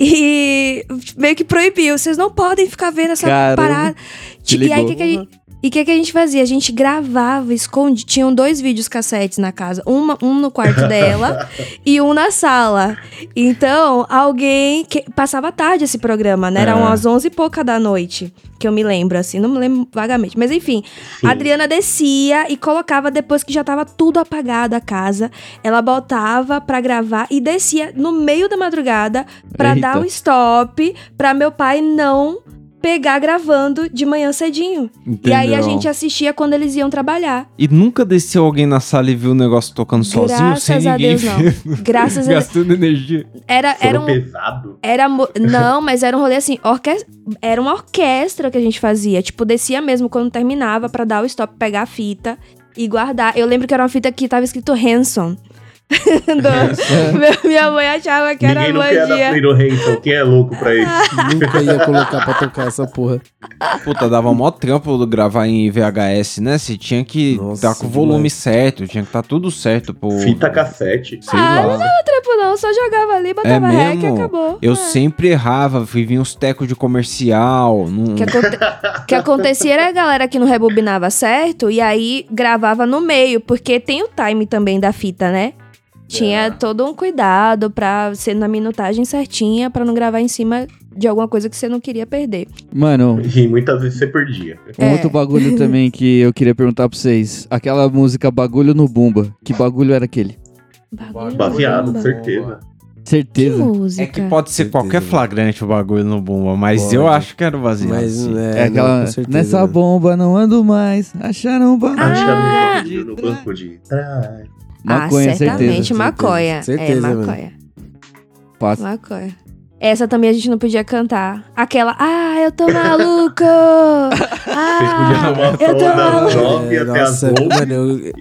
Speaker 4: e meio que proibiu. Vocês não podem ficar vendo essa
Speaker 5: Caramba,
Speaker 4: parada.
Speaker 5: te
Speaker 4: e aí
Speaker 5: ligou.
Speaker 4: o que, que a gente. E o que, que a gente fazia? A gente gravava, esconde. Tinham dois vídeos cassetes na casa. Uma, um no quarto dela e um na sala. Então, alguém. que- Passava tarde esse programa, né?
Speaker 5: Ah.
Speaker 4: Era
Speaker 2: É.
Speaker 4: umas 11 e pouca da noite, que eu me lembro, assim. Não me lembro vagamente. Mas enfim,
Speaker 1: Sim.
Speaker 4: a Adriana descia e colocava depois que já tava tudo apagado a casa. Ela botava pra gravar e descia no meio da madrugada pra
Speaker 5: Eita.
Speaker 4: dar um stop pra meu pai não pegar gravando de manhã cedinho. E aí a
Speaker 2: Entendeu?
Speaker 4: gente assistia quando eles iam trabalhar.
Speaker 2: E nunca desceu alguém na sala e viu o negócio tocando sozinho, sem
Speaker 4: Graças a
Speaker 2: ninguém
Speaker 4: Deus, não. Graças a Deus.
Speaker 2: gastando energia.
Speaker 4: Era, era
Speaker 1: Foram
Speaker 4: um
Speaker 1: pesado.
Speaker 4: Era. mo- Não, mas era um rolê assim. Orque... Era uma orquestra que a gente fazia. Tipo, descia mesmo quando terminava pra dar o stop, pegar a fita e guardar. Eu lembro que era uma fita que tava escrito Hanson. Do- Meu- Minha mãe achava que
Speaker 1: Ninguém
Speaker 4: era
Speaker 1: não quer dar
Speaker 4: magia.
Speaker 1: play no Hanson. Quem é louco pra isso?
Speaker 3: Nunca ia colocar pra tocar essa porra.
Speaker 2: Puta, dava mó trampo do gravar em VHS, né? Você tinha que
Speaker 3: Nossa,
Speaker 2: estar com o volume
Speaker 3: demais.
Speaker 2: certo, tinha que estar tudo certo pro.
Speaker 1: Fita cassete.
Speaker 2: Sei
Speaker 4: Ah,
Speaker 2: lá.
Speaker 4: Tipo, não, só jogava ali, botava
Speaker 2: É
Speaker 4: rec e
Speaker 2: mesmo?
Speaker 4: acabou.
Speaker 2: Eu
Speaker 4: É.
Speaker 2: sempre errava, vinha uns tecos de comercial. Não...
Speaker 4: O que, aconte- que acontecia era a galera que não rebobinava certo e aí gravava no meio, porque tem o time também da fita, né? Tinha
Speaker 1: É.
Speaker 4: todo um cuidado pra ser na minutagem certinha, pra não gravar em cima de alguma coisa que você não queria perder.
Speaker 5: Mano,
Speaker 1: E muitas vezes você perdia.
Speaker 5: Um
Speaker 4: É.
Speaker 5: outro bagulho também que eu queria perguntar pra vocês. Aquela música Bagulho no Bumba. Que bagulho era aquele?
Speaker 4: Bagulho
Speaker 1: Baseado,
Speaker 4: bomba.
Speaker 1: certeza.
Speaker 4: Que
Speaker 5: Certeza.
Speaker 4: música.
Speaker 2: É que pode ser
Speaker 3: Certeza,
Speaker 2: qualquer
Speaker 3: né?
Speaker 2: flagrante o bagulho no bomba, mas
Speaker 3: Pode.
Speaker 2: eu acho que era vazio.
Speaker 3: Mas,
Speaker 5: É,
Speaker 3: né,
Speaker 5: aquela.
Speaker 3: não, com certeza,
Speaker 5: Nessa
Speaker 3: né?
Speaker 5: bomba não ando mais. Acharam um bagulho.
Speaker 1: Acharam
Speaker 4: Ah!
Speaker 1: um bandido no banco de trás.
Speaker 5: Maconha,
Speaker 4: ah,
Speaker 5: certeza.
Speaker 4: certamente maconha.
Speaker 3: certeza,
Speaker 4: é,
Speaker 3: mano.
Speaker 4: maconha.
Speaker 5: Passa.
Speaker 4: Maconha. Essa também a gente não podia cantar. Aquela, ah, eu tô maluco! Ah,
Speaker 1: Você podia tomar
Speaker 4: eu tô
Speaker 1: sol na
Speaker 4: maluco!
Speaker 1: Jovem
Speaker 3: É,
Speaker 1: até as
Speaker 3: nossa,
Speaker 1: onze.
Speaker 3: mano, eu-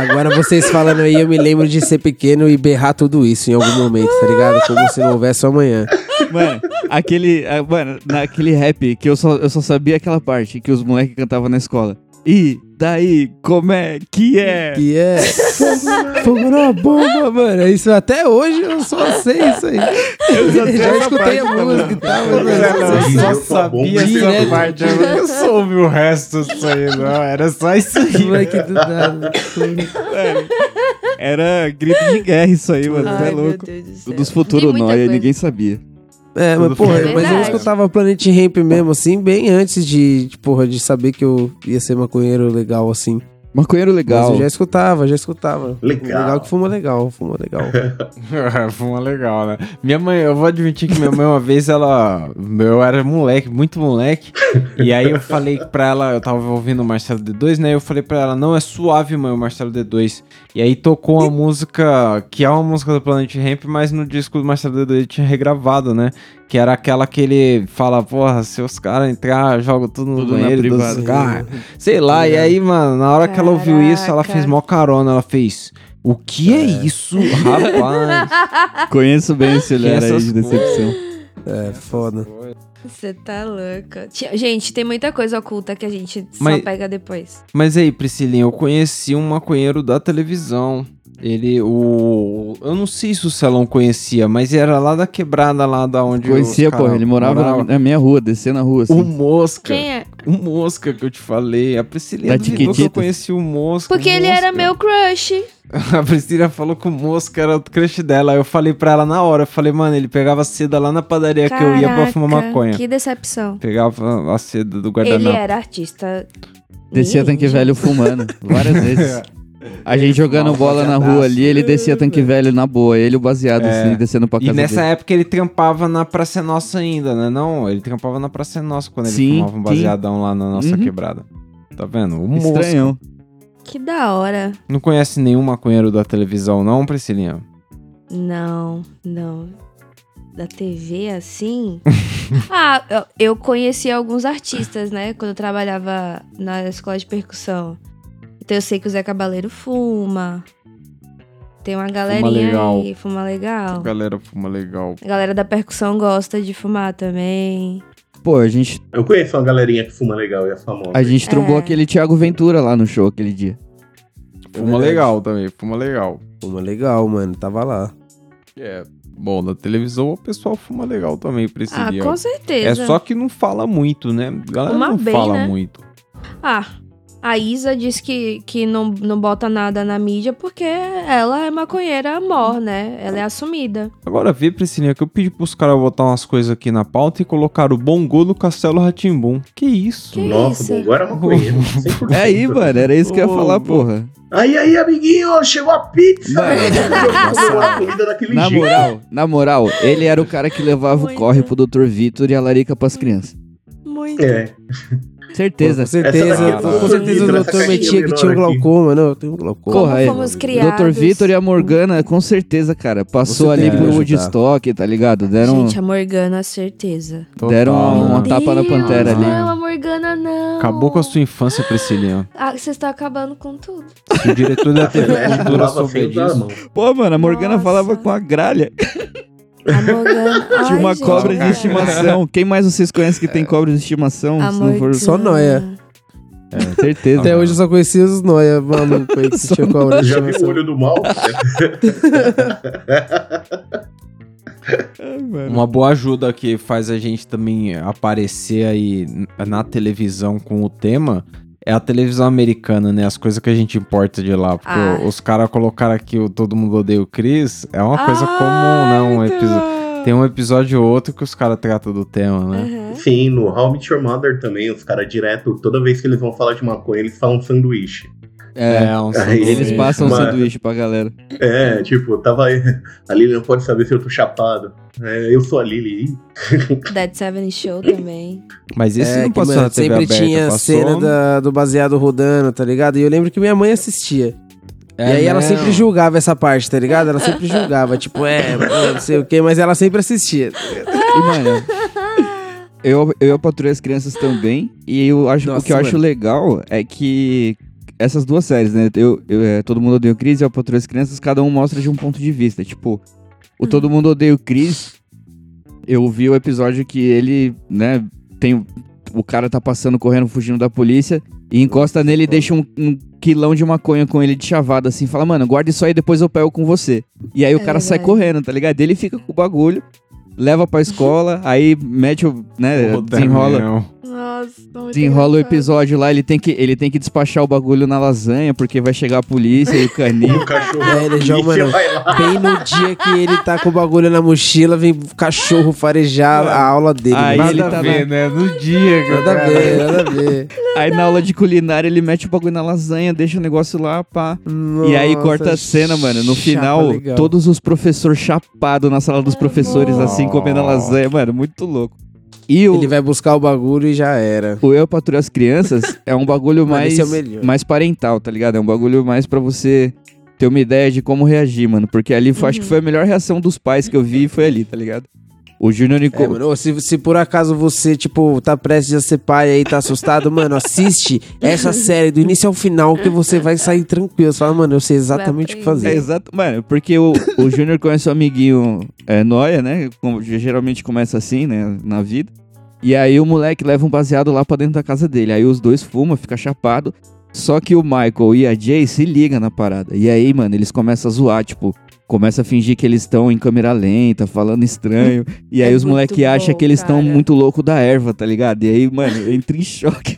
Speaker 3: agora vocês falando aí, eu me lembro de ser pequeno e berrar tudo isso em algum momento, tá ligado? Como se não houvesse um amanhã.
Speaker 5: Mano, aquele. ah, Mano, naquele rap que eu só, eu só sabia aquela parte que os moleques cantavam na escola. E daí, como é que é?
Speaker 3: Que é fogo na bomba, mano. é Isso até hoje eu só sei isso aí.
Speaker 5: Eu só sei
Speaker 3: já
Speaker 5: essa
Speaker 3: escutei a
Speaker 5: parte,
Speaker 3: música e tal, mano.
Speaker 1: Não,
Speaker 3: Eu
Speaker 1: não,
Speaker 3: só
Speaker 1: não.
Speaker 3: sabia
Speaker 1: Direto.
Speaker 3: essa parte.
Speaker 2: parte, eu não soube o resto disso aí, não. Era só isso aí.
Speaker 3: Moleque do nada.
Speaker 5: Velho, Era grito de guerra isso aí, mano. Você é
Speaker 4: Ai, meu
Speaker 5: louco.
Speaker 4: Deus do céu.
Speaker 5: Dos
Speaker 4: Tem
Speaker 5: futuros
Speaker 4: muita
Speaker 5: nóia,
Speaker 4: coisa.
Speaker 5: ninguém sabia.
Speaker 3: É, mas
Speaker 2: Tudo
Speaker 3: porra,
Speaker 2: frio.
Speaker 3: mas eu
Speaker 4: Verdade.
Speaker 3: escutava Planet Ramp mesmo, assim, bem antes de, de, porra, de saber que eu ia ser maconheiro legal, assim.
Speaker 5: Maconheiro
Speaker 3: Mas
Speaker 5: legal.
Speaker 3: eu já escutava, já escutava.
Speaker 1: Legal.
Speaker 3: Legal que fumou legal, fumou legal.
Speaker 2: É, foi uma legal, né? Minha mãe, eu vou admitir que minha mãe uma vez, ela. Eu era moleque, muito moleque. E aí eu falei pra ela, eu tava ouvindo o Marcelo D2, né? Eu falei pra ela, não, é suave, mãe, o Marcelo D2. E aí tocou uma música, que é uma música do Planet Ramp, mas no disco do Marcelo D2 ele tinha regravado, né? Que era aquela que ele fala, porra, se os caras entrar, joga tudo no
Speaker 5: Tudo na
Speaker 2: banheiro dos
Speaker 5: privada.
Speaker 2: caras. Sei lá, e aí, mano, na hora que ela ouviu isso, ela
Speaker 4: Caraca.
Speaker 2: fez mó carona, ela fez. O que é isso, rapaz?
Speaker 5: Conheço bem esse olhar aí
Speaker 2: essas
Speaker 5: de decepção.
Speaker 3: É, foda.
Speaker 4: Você tá louca. Tinha- Gente, tem muita coisa oculta que a gente
Speaker 2: Mas-
Speaker 4: só pega depois.
Speaker 2: Mas aí, Priscilinha, eu conheci um maconheiro da televisão. Ele, o. Eu não sei se o Celão conhecia, mas era lá da quebrada, lá da onde. os
Speaker 5: Conhecia,
Speaker 2: cara Um
Speaker 5: porra. Ele morava, na- Na, minha rua, descia na rua, assim.
Speaker 2: O Mosca.
Speaker 4: Quem é?
Speaker 2: O Mosca que eu te falei. A Priscilinha
Speaker 5: Da
Speaker 2: duvidou que eu
Speaker 5: Tiquititas.
Speaker 2: conheci o Mosca.
Speaker 4: Porque
Speaker 2: o
Speaker 4: ele era
Speaker 2: Mosca.
Speaker 4: meu crush.
Speaker 2: A Priscila falou que o Mosca era o crush dela. Aí eu falei pra ela na hora. Eu falei, mano, ele pegava seda lá na padaria É que eu ia pra fumar
Speaker 4: Caraca,
Speaker 2: maconha.
Speaker 4: Que decepção.
Speaker 2: Pegava a seda do
Speaker 4: Ele é.
Speaker 2: guardanapo.
Speaker 4: era artista.
Speaker 5: Descia tanque
Speaker 4: Ninja.
Speaker 5: velho fumando, várias vezes. A gente jogando
Speaker 2: fumava
Speaker 5: bola na
Speaker 2: baseadaço.
Speaker 5: rua ali, ele descia tanque velho na boa, ele e o baseado assim, descendo pra casa
Speaker 2: É. E nessa
Speaker 5: dele.
Speaker 2: época ele trampava na Praça Nossa ainda, né? Não, ele trampava na Praça Nossa quando ele
Speaker 5: Sim,
Speaker 2: fumava um
Speaker 5: sim.
Speaker 2: baseadão lá na nossa
Speaker 5: Uhum.
Speaker 2: quebrada. Tá vendo? O Mosca.
Speaker 5: Estranhão.
Speaker 4: Que da hora.
Speaker 2: Não conhece nenhum maconheiro da televisão, não, Priscilinha?
Speaker 4: Não, não. Da TV assim? ah, eu, eu conheci alguns artistas, né? Quando eu trabalhava na escola de percussão. Então eu sei que o Zé Cabaleiro fuma. Tem uma galerinha
Speaker 2: legal.
Speaker 4: aí, fuma
Speaker 2: A
Speaker 4: legal.
Speaker 2: galera fuma legal.
Speaker 4: A galera da percussão gosta de fumar também.
Speaker 5: Pô, a gente,
Speaker 1: Eu conheço uma galerinha que fuma legal e é famosa.
Speaker 5: a gente trombou
Speaker 4: É.
Speaker 5: aquele Thiago Ventura lá no show aquele dia.
Speaker 2: Fuma
Speaker 3: verdade.
Speaker 2: legal também, fuma legal.
Speaker 3: Fumou legal, mano, tava lá.
Speaker 2: É. Bom, na televisão o pessoal fuma legal também,
Speaker 4: Ah,
Speaker 2: Priscilinha.
Speaker 4: com
Speaker 2: é
Speaker 4: certeza.
Speaker 2: só que não fala muito, né? A galera
Speaker 4: Fuma
Speaker 2: não
Speaker 4: bem,
Speaker 2: fala
Speaker 4: né?
Speaker 2: muito.
Speaker 4: Ah, a Isa diz que, que não, não bota nada na mídia porque ela é maconheira amor, né? Ela é assumida.
Speaker 2: Agora vê, Priscilinha, que eu pedi pros caras botar umas coisas aqui na pauta e colocar o Bongo do Castelo Ratimbum. Que isso?
Speaker 4: Que
Speaker 1: Nossa,
Speaker 4: isso?
Speaker 1: bom, agora é maconheiro. 100%.
Speaker 5: É aí, mano, era isso que eu ia
Speaker 2: Ô,
Speaker 5: falar,
Speaker 2: mano.
Speaker 5: porra.
Speaker 1: Aí, aí, amiguinho, chegou a pizza.
Speaker 5: Mano.
Speaker 1: Eu vou comer a comida daquele
Speaker 5: Na
Speaker 1: jeito.
Speaker 5: moral, na moral, ele era o cara que levava o
Speaker 4: Muito.
Speaker 5: corre pro Dr. Vitor e a Larica pras crianças.
Speaker 4: Muito.
Speaker 1: É.
Speaker 5: Certeza.
Speaker 3: Com certeza,
Speaker 1: Essa daqui é
Speaker 3: com certeza o
Speaker 1: bonita, essa
Speaker 3: doutor
Speaker 1: caixinha
Speaker 3: metia que
Speaker 1: menor
Speaker 3: tinha um
Speaker 1: aqui.
Speaker 3: glaucoma, não, eu tenho um glaucoma.
Speaker 5: Porra,
Speaker 4: Como
Speaker 5: é.
Speaker 4: fomos criados.
Speaker 5: Dr. Vitor e a Morgana, com certeza, cara, passou
Speaker 3: Você tem
Speaker 5: ali
Speaker 3: que
Speaker 5: pro
Speaker 3: ajudar.
Speaker 5: Woodstock, tá ligado? Deram,
Speaker 4: Gente, a Morgana, certeza.
Speaker 5: deram
Speaker 2: Total,
Speaker 5: uma
Speaker 2: né?
Speaker 5: tapa na
Speaker 4: Deus,
Speaker 5: pantera ali.
Speaker 4: Não, a Morgana não.
Speaker 2: Acabou com a sua infância, Priscilinha.
Speaker 4: Ah, vocês estão acabando com tudo.
Speaker 2: Se o diretor da TV Cultura
Speaker 1: Pulava
Speaker 2: souber
Speaker 1: feio da
Speaker 2: disso.
Speaker 1: mão.
Speaker 5: Pô, mano, a Morgana
Speaker 4: Nossa.
Speaker 5: falava com a gralha.
Speaker 4: A Morgana.
Speaker 5: Tinha uma
Speaker 4: Ai, gente,
Speaker 5: cobra de
Speaker 4: cara.
Speaker 5: estimação. Quem mais vocês conhecem que tem cobra de estimação?
Speaker 4: A
Speaker 5: se não for
Speaker 4: Morgana.
Speaker 3: Só nóia.
Speaker 5: certeza.
Speaker 3: Até hoje eu só conhecia os noia maluco aí que
Speaker 5: Só
Speaker 3: tinha cobra.
Speaker 1: Já viu o olho do mal? né?
Speaker 5: Ai, mano.
Speaker 2: Uma boa ajuda que faz a gente também aparecer aí n- na televisão com o tema é a televisão americana, né? As coisas que a gente importa de lá. Porque
Speaker 4: Ah.
Speaker 2: os caras colocaram aqui o Todo Mundo Odeia o Chris. É uma coisa
Speaker 4: Ai,
Speaker 2: comum, né? Um
Speaker 4: Ah, muito
Speaker 2: episo-
Speaker 4: bom.
Speaker 2: Tem um episódio ou outro que os caras tratam do tema, né?
Speaker 4: Aham.
Speaker 1: Sim, no How Meet Your Mother também, os caras direto, toda vez que eles vão falar de maconha, eles falam sanduíche.
Speaker 5: É,
Speaker 2: um
Speaker 5: eles
Speaker 1: Sim,
Speaker 5: passam um
Speaker 1: mano.
Speaker 5: sanduíche pra galera.
Speaker 1: É, tipo, tava aí. A Lili não pode saber se eu tô chapado. É, eu sou a Lili.
Speaker 4: Dead Seven Show também.
Speaker 2: Mas esse
Speaker 3: É,
Speaker 2: não
Speaker 3: que,
Speaker 2: passou
Speaker 3: mano,
Speaker 2: na TV
Speaker 3: sempre
Speaker 2: aberta,
Speaker 3: tinha
Speaker 2: passou...
Speaker 3: cena da- do baseado rodando, tá ligado? E eu lembro que minha mãe assistia.
Speaker 5: É,
Speaker 2: É
Speaker 3: e aí ela sempre julgava essa parte, tá ligado? Ela sempre julgava, tipo, é, pô, não sei o quê, mas ela sempre assistia.
Speaker 5: E, mano, eu, eu patrulho as crianças também. E eu acho, o
Speaker 3: Nossa,
Speaker 5: que eu
Speaker 3: mano.
Speaker 5: acho legal é que essas duas séries, né? Eu, eu, é, Todo Mundo Odeia o Cris e Eu Patrulho as Crianças, cada um mostra de um ponto de vista. Tipo, o Todo
Speaker 4: Uhum.
Speaker 5: Mundo Odeia o Cris, eu vi o episódio que ele, né, tem... O cara tá passando, correndo, fugindo da polícia e encosta nele e deixa um, um quilão de maconha com ele de chavada, assim. Fala, mano, guarda isso aí, depois eu pego com você. E aí o
Speaker 4: É
Speaker 5: cara sai
Speaker 4: verdade.
Speaker 5: correndo, tá ligado? Ele fica com o bagulho, leva pra escola, aí mete o, né, desenrola,
Speaker 6: Nossa, muito
Speaker 5: desenrola o
Speaker 6: engraçado.
Speaker 5: episódio lá, ele tem, que, ele tem que despachar o bagulho na lasanha, porque vai chegar a polícia e o canil.
Speaker 1: O cachorro.
Speaker 3: É, ele joga,
Speaker 1: Você
Speaker 3: mano.
Speaker 1: vai lá.
Speaker 3: Bem no dia que ele tá com o bagulho na mochila, vem o cachorro farejar a aula dele.
Speaker 5: Aí
Speaker 3: mano.
Speaker 5: ele
Speaker 2: Nada
Speaker 5: tá
Speaker 2: a ver, né? No dia, cara.
Speaker 3: Nada a ver, nada a ver.
Speaker 5: aí na aula de culinária ele mete o bagulho na lasanha, deixa o negócio lá, pá. e aí
Speaker 3: Nossa,
Speaker 5: corta a cena, mano. No
Speaker 3: chapa
Speaker 5: final,
Speaker 3: legal. É
Speaker 5: todos os professores chapados na sala dos professores, assim, comendo a lasanha, mano. Muito louco. E o,
Speaker 3: Ele vai buscar o bagulho e já era.
Speaker 5: O Eu Patrulho as Crianças é um bagulho
Speaker 3: Mano,
Speaker 5: mais,
Speaker 3: esse é o melhor.
Speaker 5: mais parental, tá ligado? É um bagulho mais pra você ter uma ideia de como reagir, mano. Porque ali foi- acho que foi a melhor reação dos pais que eu vi foi ali, tá ligado? O Júnior Nico.
Speaker 3: É, mano, ô, se, se por acaso você, tipo, tá prestes a ser pai aí, tá assustado, mano, assiste essa série do início ao final que você vai sair tranquilo. Você fala, mano, eu sei exatamente o que
Speaker 5: É,
Speaker 3: fazer.
Speaker 5: exato, mano, porque o, o Júnior conhece o amiguinho é, Noia, né? Como geralmente começa assim, né? Na vida. E aí o moleque leva um baseado lá pra dentro da casa dele. Aí os dois fumam, fica chapado. Só que o Michael e a Jay se ligam na parada. E aí, mano, eles começam a zoar, tipo, começa a fingir que eles estão em câmera lenta, falando estranho. E aí
Speaker 4: É
Speaker 5: os
Speaker 4: muito
Speaker 5: moleque acham
Speaker 4: bom,
Speaker 5: que eles estão
Speaker 4: cara.
Speaker 5: muito louco da erva, tá ligado? E aí, mano, entra em choque.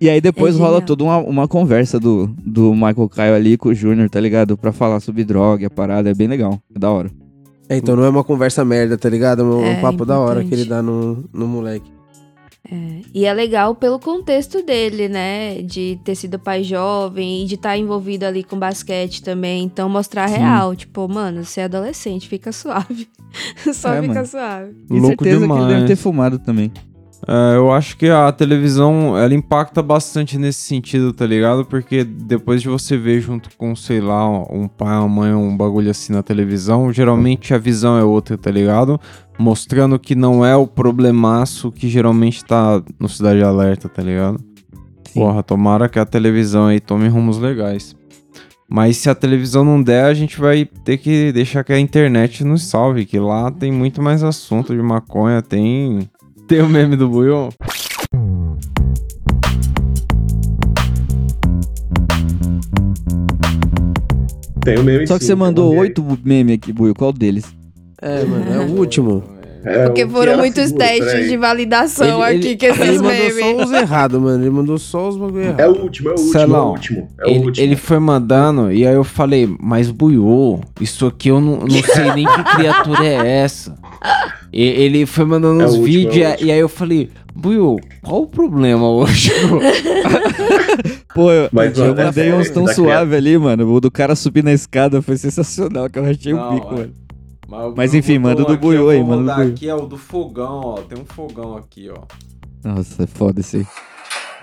Speaker 5: E aí depois
Speaker 4: É
Speaker 5: rola
Speaker 4: genial.
Speaker 5: toda uma, uma conversa do, do Michael Caio ali com o Júnior, tá ligado? Pra falar sobre droga, a parada, é bem legal, é da hora.
Speaker 3: É, então não é uma conversa merda, tá ligado? É um
Speaker 4: É,
Speaker 3: papo da hora
Speaker 4: importante.
Speaker 3: que ele dá no, no moleque.
Speaker 4: E é legal pelo contexto dele, né? De ter sido pai jovem e de estar envolvido ali com basquete também. Então, mostrar a
Speaker 5: Sim.
Speaker 4: real. Tipo, mano, você é adolescente, fica suave. Só
Speaker 5: É,
Speaker 4: fica
Speaker 5: mano.
Speaker 4: suave.
Speaker 5: E
Speaker 2: Louco
Speaker 5: certeza que ele deve
Speaker 2: demais.
Speaker 5: ter fumado também.
Speaker 2: É, eu acho que a televisão, ela impacta bastante nesse sentido, tá ligado? Porque depois de você ver junto com, sei lá, um pai, uma mãe, um bagulho assim na televisão, geralmente a visão é outra, tá ligado? Mostrando que não é o problemaço que geralmente tá no Cidade Alerta, tá ligado? Porra, tomara que a televisão aí tome rumos legais. Mas se a televisão não der, a gente vai ter que deixar que a internet nos salve, que lá tem muito mais assunto de maconha, tem tem o meme do Buion?
Speaker 1: Tem o né? meu
Speaker 5: Só
Speaker 3: tá
Speaker 5: que você mandou oito memes aqui, Buio, qual deles?
Speaker 3: É, mano, é o último.
Speaker 1: É,
Speaker 6: Porque
Speaker 1: o que
Speaker 6: foram
Speaker 1: era
Speaker 6: muitos
Speaker 1: figura,
Speaker 6: testes
Speaker 1: peraí.
Speaker 6: de validação
Speaker 3: Ele-
Speaker 6: aqui
Speaker 3: ele-
Speaker 6: que
Speaker 3: Ele
Speaker 6: esses
Speaker 3: mandou só
Speaker 5: um
Speaker 6: memes.
Speaker 3: os errados, mano. Ele mandou só os bagulho errado.
Speaker 1: É o último, é o último, é
Speaker 2: Celão,
Speaker 1: o último. É o
Speaker 2: Ele,
Speaker 1: último.
Speaker 2: ele foi mandando e aí eu falei, mas Buiô, isso aqui eu não, não sei nem que criatura é essa. E- ele foi mandando
Speaker 1: É o
Speaker 2: uns
Speaker 1: último, é o
Speaker 2: vídeos
Speaker 1: último.
Speaker 2: e aí eu falei, Buiô, qual o problema hoje?
Speaker 5: Pô, eu,
Speaker 1: Mas,
Speaker 5: eu
Speaker 1: ó, dessa
Speaker 5: mandei uns
Speaker 1: série
Speaker 5: tão
Speaker 1: da
Speaker 5: suave ali, mano. O do cara subir na escada foi sensacional, que eu rachei o
Speaker 2: Não,
Speaker 5: bico,
Speaker 2: é.
Speaker 5: mano.
Speaker 2: Mas,
Speaker 5: Mas enfim, manda o do Buiô aí, manda o do Buiô.
Speaker 2: Aqui é o do fogão, ó. Tem um fogão aqui, ó.
Speaker 5: Nossa, é foda esse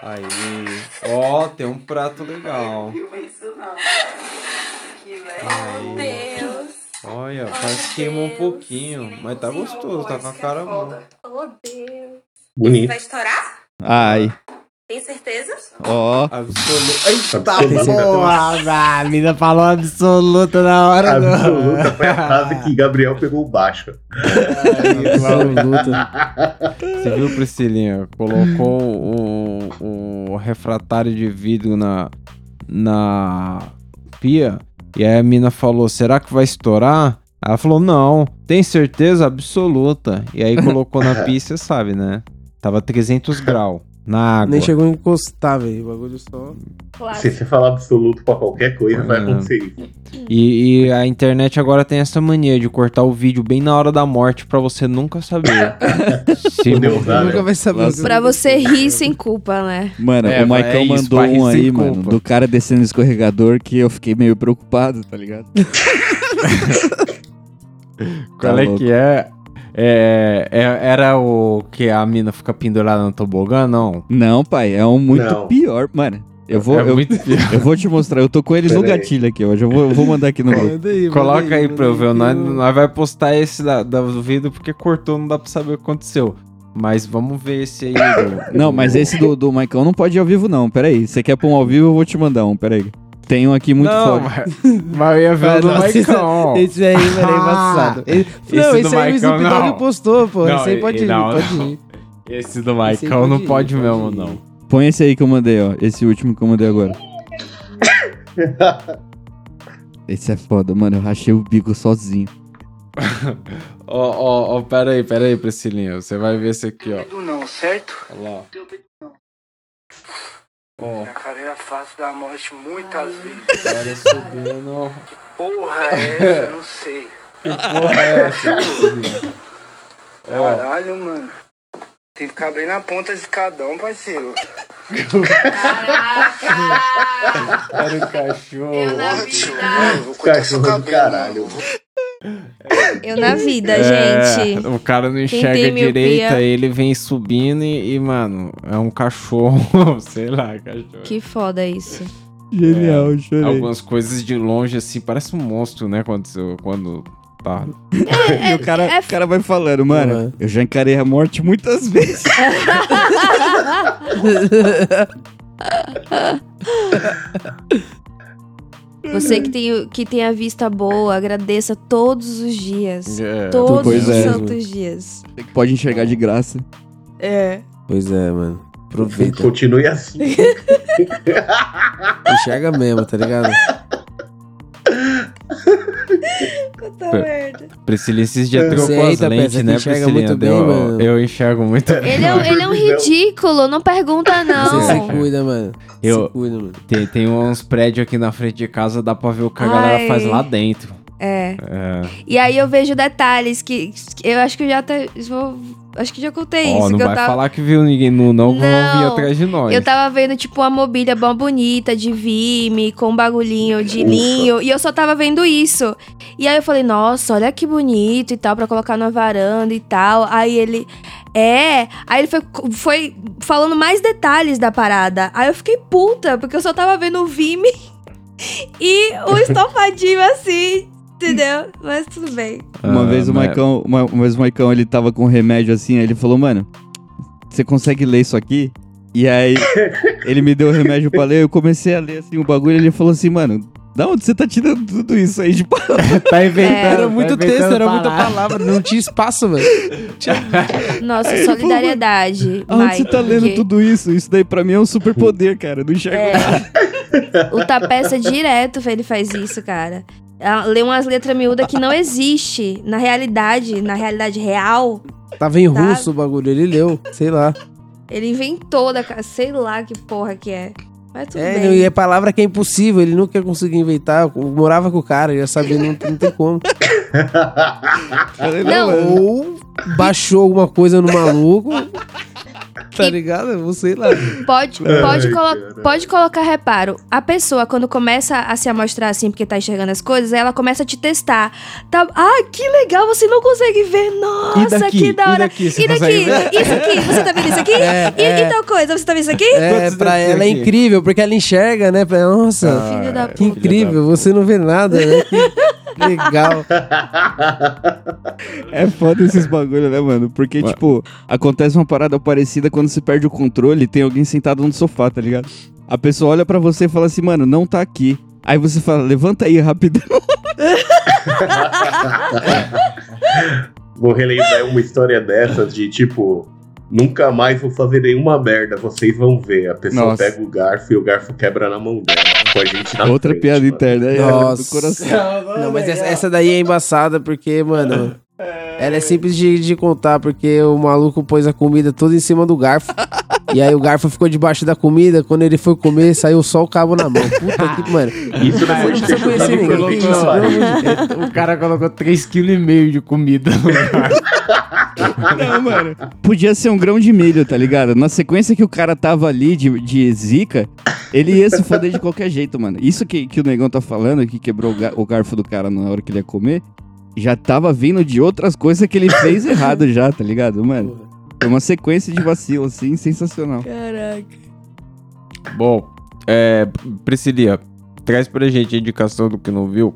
Speaker 5: aí.
Speaker 2: Aí, ó, tem um prato legal. Aí. Olha, quase queimou um pouquinho, mas tá gostoso, tá com a cara boa.
Speaker 1: Bonito.
Speaker 5: Ai,
Speaker 7: Tem certeza?
Speaker 5: ó.
Speaker 2: Absoluto.
Speaker 1: Absoluta.
Speaker 3: a mina falou absoluta na hora,
Speaker 1: Absoluta. Foi a frase que Gabriel pegou baixo.
Speaker 2: É
Speaker 3: um Absoluta.
Speaker 2: Você viu, Priscilinha? Colocou o, o refratário de vidro na, na pia. E aí a mina falou: será que vai estourar? Ela falou: não, tem certeza absoluta. E aí colocou na pia, e você sabe, né? Tava 300 graus na água.
Speaker 3: Nem chegou a encostar, velho. O bagulho só.
Speaker 4: É,
Speaker 1: Se você falar absoluto pra qualquer coisa, vai
Speaker 2: É.
Speaker 1: acontecer isso.
Speaker 2: E, e a internet agora tem essa mania de cortar o vídeo bem na hora da morte pra você nunca saber. Se
Speaker 1: Poder usar, né?
Speaker 3: Nunca vai saber.
Speaker 5: Nossa.
Speaker 4: Pra você rir sem culpa, né?
Speaker 5: Mano,
Speaker 2: É,
Speaker 5: o
Speaker 2: vai-
Speaker 5: Maicão
Speaker 2: é isso,
Speaker 5: mandou
Speaker 2: vai
Speaker 5: um
Speaker 2: sem
Speaker 5: aí,
Speaker 2: culpa.
Speaker 5: mano, do cara descendo o escorregador que eu fiquei meio preocupado, tá ligado?
Speaker 2: Qual
Speaker 5: Tá
Speaker 2: é
Speaker 5: louco.
Speaker 2: que é? É, é- Era o que a mina fica pendurada no tobogã? Não.
Speaker 5: Não, pai, é um muito
Speaker 1: Não.
Speaker 5: pior, mano. Eu vou,
Speaker 2: É
Speaker 5: eu,
Speaker 2: muito pior.
Speaker 5: eu vou te mostrar. Eu tô com eles no
Speaker 1: Pera aí.
Speaker 5: gatilho aqui hoje. Eu vou, eu vou mandar aqui no grupo.
Speaker 3: Manda aí, manda
Speaker 2: Coloca aí
Speaker 3: manda
Speaker 2: pra eu ver. é Nós,
Speaker 3: que eu-
Speaker 2: nós vai postar esse da, da- do vídeo porque cortou, não dá pra saber o que aconteceu. Mas vamos ver esse aí. do-
Speaker 5: Não, mas esse do, do Maicão não pode ir ao vivo, não. Pera aí. Você quer pôr um ao vivo, eu vou te mandar um. Pera aí. Tem um aqui muito
Speaker 2: não,
Speaker 5: forte.
Speaker 2: mas, mas eu ia ver
Speaker 3: Ah,
Speaker 2: o do
Speaker 3: não, esse-
Speaker 2: Maicão.
Speaker 3: Esse aí, mano, é embaçado. Ele-
Speaker 2: Ah! esse
Speaker 3: não,
Speaker 2: do
Speaker 3: esse aí o
Speaker 2: Maicon,
Speaker 3: Snoop Dogg
Speaker 2: não.
Speaker 3: postou, pô.
Speaker 2: Não,
Speaker 3: esse aí pode
Speaker 2: e-
Speaker 3: ir,
Speaker 2: não,
Speaker 3: pode
Speaker 2: não.
Speaker 3: ir.
Speaker 2: Esse do
Speaker 3: Esse aí
Speaker 2: Maicão não
Speaker 3: ir,
Speaker 2: pode mesmo,
Speaker 3: ir.
Speaker 2: não.
Speaker 5: Põe esse aí que eu mandei, ó. Esse último que eu mandei agora. Esse é foda, mano. Eu rachei o bico sozinho.
Speaker 2: Ó, ó, ó, pera aí, pera aí, Priscilinha. Você vai ver esse aqui, ó.
Speaker 7: Medo não, certo?
Speaker 2: Olha lá. ó.
Speaker 7: Jacaré face da morte muitas vezes.
Speaker 2: Cara subindo.
Speaker 7: Porra, é essa? Eu não sei.
Speaker 2: Porra, é
Speaker 1: assim.
Speaker 2: essa?
Speaker 1: É,
Speaker 7: Caralho, mano. Tem que ficar bem na ponta de cada um, parceiro.
Speaker 2: Era o cachorro.
Speaker 7: Porra, tio. Mano, vou cortar
Speaker 1: Cachorro é do
Speaker 7: seu
Speaker 6: um.
Speaker 7: cabelo.
Speaker 1: caralho.
Speaker 7: mano.
Speaker 4: Eu na vida,
Speaker 5: É.
Speaker 4: gente.
Speaker 2: É, O cara não
Speaker 4: tem
Speaker 2: enxerga
Speaker 4: miopia-
Speaker 2: direito, aí ele vem subindo e, e, mano, é um cachorro. Sei lá, cachorro.
Speaker 4: Que foda isso.
Speaker 5: Genial, chorei.
Speaker 2: É, Algumas coisas de longe, assim, parece um monstro, né? Quando, você- quando tá.
Speaker 5: E
Speaker 4: É,
Speaker 5: o cara, o cara vai falando, mano.
Speaker 3: Uhum.
Speaker 5: Eu já encarei a morte muitas vezes.
Speaker 4: Você que tem, o- que tem a vista boa, agradeça todos os dias.
Speaker 2: É,
Speaker 4: Todos
Speaker 5: pois
Speaker 4: os
Speaker 5: é.
Speaker 4: santos dias.
Speaker 5: Pode enxergar de graça.
Speaker 6: É.
Speaker 3: Pois é, mano. Aproveita.
Speaker 1: Continue assim.
Speaker 3: Enxerga mesmo, tá ligado?
Speaker 4: Puta
Speaker 2: Pera.
Speaker 4: merda.
Speaker 2: Priscilinha esses
Speaker 5: É.
Speaker 2: dias
Speaker 3: Você
Speaker 2: trocou
Speaker 3: aí,
Speaker 2: as
Speaker 3: Tapé,
Speaker 2: lentes,
Speaker 3: você
Speaker 2: né,
Speaker 3: enxerga
Speaker 2: Priscilinha?
Speaker 3: muito bem,
Speaker 2: Deu-
Speaker 3: mano.
Speaker 2: Eu enxergo muito bem.
Speaker 4: Ele é, um- ele é um ridículo, não pergunta não.
Speaker 3: Você se cuida, mano.
Speaker 2: Eu-
Speaker 3: Se cuida, mano.
Speaker 2: Tem, tem uns prédios aqui na frente de casa, dá pra ver o que a galera
Speaker 4: Ai.
Speaker 2: faz lá dentro.
Speaker 4: É.
Speaker 2: É.
Speaker 4: E aí eu vejo detalhes que que eu acho que eu já até vou, acho que já contei
Speaker 2: Ó,
Speaker 4: É isso
Speaker 2: não
Speaker 4: que eu
Speaker 2: vai
Speaker 4: tava
Speaker 2: falar que viu ninguém nu, não, vão vir
Speaker 4: Não,
Speaker 2: atrás de nós.
Speaker 4: Eu tava vendo, tipo, uma mobília bom bonita de Vime, com um bagulhinho de
Speaker 1: Ufa.
Speaker 4: linho. E eu só tava vendo isso. E aí eu falei, nossa, olha que bonito e tal, pra colocar na varanda e tal. Aí ele. É. Aí ele foi, foi falando mais detalhes da parada. Aí eu fiquei puta, porque eu só tava vendo o Vime e o estofadinho assim. Entendeu? Mas tudo bem.
Speaker 5: Uma
Speaker 2: Ah,
Speaker 5: vez o
Speaker 2: mas-
Speaker 5: Maicão, uma, uma vez o Maicão, ele tava com um remédio assim, aí ele falou, mano, você consegue ler isso aqui? E aí ele me deu o remédio pra ler, eu comecei a ler assim o bagulho, ele falou assim, mano, da onde você tá tirando tudo isso aí de palavra?
Speaker 2: Tá
Speaker 4: inventando,
Speaker 3: Era muito texto, era muita palavra. Não tinha espaço, mano.
Speaker 5: É.
Speaker 4: Nossa, solidariedade.
Speaker 5: Da onde
Speaker 4: Mike,
Speaker 5: você tá lendo
Speaker 4: porque-
Speaker 5: tudo isso? Isso daí pra mim é um superpoder, cara, eu não enxergo
Speaker 4: É.
Speaker 5: nada.
Speaker 1: É.
Speaker 4: O Tapeça é direto ele faz isso, cara. Ela Lê umas letras miúdas que não existe. Na realidade, na realidade real,
Speaker 3: Tava em
Speaker 4: Tá.
Speaker 3: russo o bagulho, ele leu, sei lá.
Speaker 4: ele inventou da ca- sei lá que porra que é. Mas tudo
Speaker 3: É,
Speaker 4: bem.
Speaker 3: não, e é palavra que é impossível, ele nunca ia conseguir inventar. Eu morava com o cara, já sabia, não, não tem como.
Speaker 5: Falei,
Speaker 4: Não.
Speaker 5: mano.
Speaker 3: Ou baixou alguma coisa no maluco. Tá ligado? Eu sei lá.
Speaker 4: Pode, pode,
Speaker 1: Ai,
Speaker 4: colo-
Speaker 1: cara.
Speaker 4: pode colocar reparo. A pessoa, quando começa a se amostrar assim, porque tá enxergando as coisas, ela começa a te testar. Tá, ah, que legal, você não consegue ver. Nossa, que da hora.
Speaker 2: daqui,
Speaker 4: E daqui, isso aqui, você tá vendo isso aqui?
Speaker 3: É,
Speaker 4: e,
Speaker 3: é.
Speaker 4: e tal coisa, você tá vendo isso aqui?
Speaker 3: É,
Speaker 2: Quantos
Speaker 3: pra
Speaker 2: dedos
Speaker 3: ela é
Speaker 2: tem aqui?
Speaker 3: incrível, porque ela enxerga, né? Pra- Nossa,
Speaker 4: Filho Ah, da
Speaker 3: que
Speaker 4: puta.
Speaker 3: incrível, você não vê nada, né? Que legal.
Speaker 5: É foda esses bagulho, né, mano? Porque,
Speaker 2: Ué.
Speaker 5: tipo, acontece uma parada parecida quando você perde o controle e tem alguém sentado no sofá, tá ligado? A pessoa olha pra você e fala assim, mano, não tá aqui. Aí você fala, levanta aí rapidão.
Speaker 1: Vou relembrar uma história dessas de tipo. Nunca mais vou fazer nenhuma merda, vocês vão ver. A pessoa
Speaker 5: Nossa.
Speaker 1: pega o garfo e o garfo quebra na mão dela. Com a gente na
Speaker 5: Outra
Speaker 1: frente,
Speaker 5: piada
Speaker 1: mano.
Speaker 5: interna aí, é
Speaker 3: Nossa.
Speaker 5: do coração.
Speaker 3: Não, mas essa, essa daí é embaçada porque, mano. Ela é simples de, de contar, porque o maluco pôs a comida toda em cima do garfo. e aí o garfo ficou debaixo da comida. Quando ele foi comer, saiu só o cabo na mão. Puta que, mano.
Speaker 1: Isso
Speaker 3: Não
Speaker 1: depois de ter
Speaker 3: precisa conhecer
Speaker 1: chutado o
Speaker 3: ninguém.
Speaker 1: cantinho
Speaker 3: Isso,
Speaker 1: na
Speaker 3: pelo amor
Speaker 1: parede.
Speaker 3: de
Speaker 2: então,
Speaker 3: Deus.
Speaker 2: O cara colocou 3,5 kg de comida no lugar.
Speaker 5: Não, mano. Podia ser um grão de milho, tá ligado? Na sequência que o cara tava ali de, de zica, ele ia se foder de qualquer jeito, mano. Isso que, que o negão tá falando, que quebrou o, ga- o garfo do cara na hora que ele ia comer, já tava vindo de outras coisas que ele fez errado já, tá ligado, mano? Foi uma sequência de vacilo, assim, sensacional.
Speaker 4: Caraca.
Speaker 2: Bom, É, Priscilia, traz pra gente a indicação do que não viu.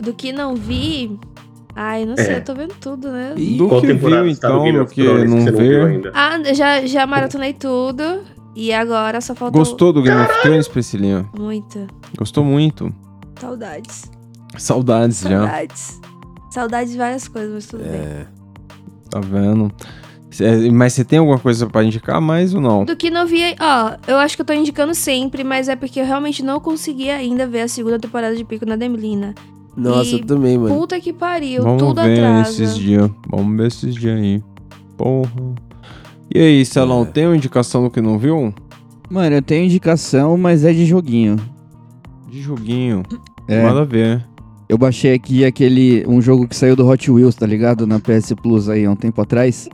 Speaker 4: Do que não vi. Ai, não sei,
Speaker 1: É.
Speaker 4: eu tô vendo tudo, né?
Speaker 2: Do
Speaker 1: Qual
Speaker 2: que
Speaker 1: temporada
Speaker 2: viu,
Speaker 1: você tá no
Speaker 2: então,
Speaker 1: Game
Speaker 2: do
Speaker 1: of
Speaker 2: que
Speaker 1: Thrones
Speaker 2: não
Speaker 1: você não
Speaker 2: vê.
Speaker 1: viu ainda?
Speaker 4: Ah, já, já maratonei tudo. E agora só falta.
Speaker 2: Gostou do Game of Thrones, Priscilinha?
Speaker 4: Muito.
Speaker 2: Gostou muito.
Speaker 4: Saudades.
Speaker 2: Saudades já,
Speaker 4: Saudades. Saudades de várias coisas, mas tudo bem.
Speaker 2: tá vendo? Cê- Mas você tem alguma coisa pra indicar mais ou não?
Speaker 4: Do que não vi, ó, eu acho que eu tô indicando sempre, mas é porque eu realmente não consegui ainda ver a segunda temporada de Pico na Demlina.
Speaker 3: Nossa,
Speaker 4: E-
Speaker 3: eu também, mano.
Speaker 4: Puta que pariu,
Speaker 2: Vamos
Speaker 4: tudo
Speaker 2: ver
Speaker 4: atrasa.
Speaker 2: esses dias. Vamos ver esses dias aí. Porra. E aí, Celão, tem uma indicação do que não viu?
Speaker 5: Mano, eu tenho indicação, mas é de joguinho.
Speaker 2: De joguinho.
Speaker 5: É.
Speaker 2: Nada a ver.
Speaker 5: Eu baixei aqui aquele. um jogo que saiu do Hot Wheels, tá ligado? Na PS Plus aí há um tempo atrás.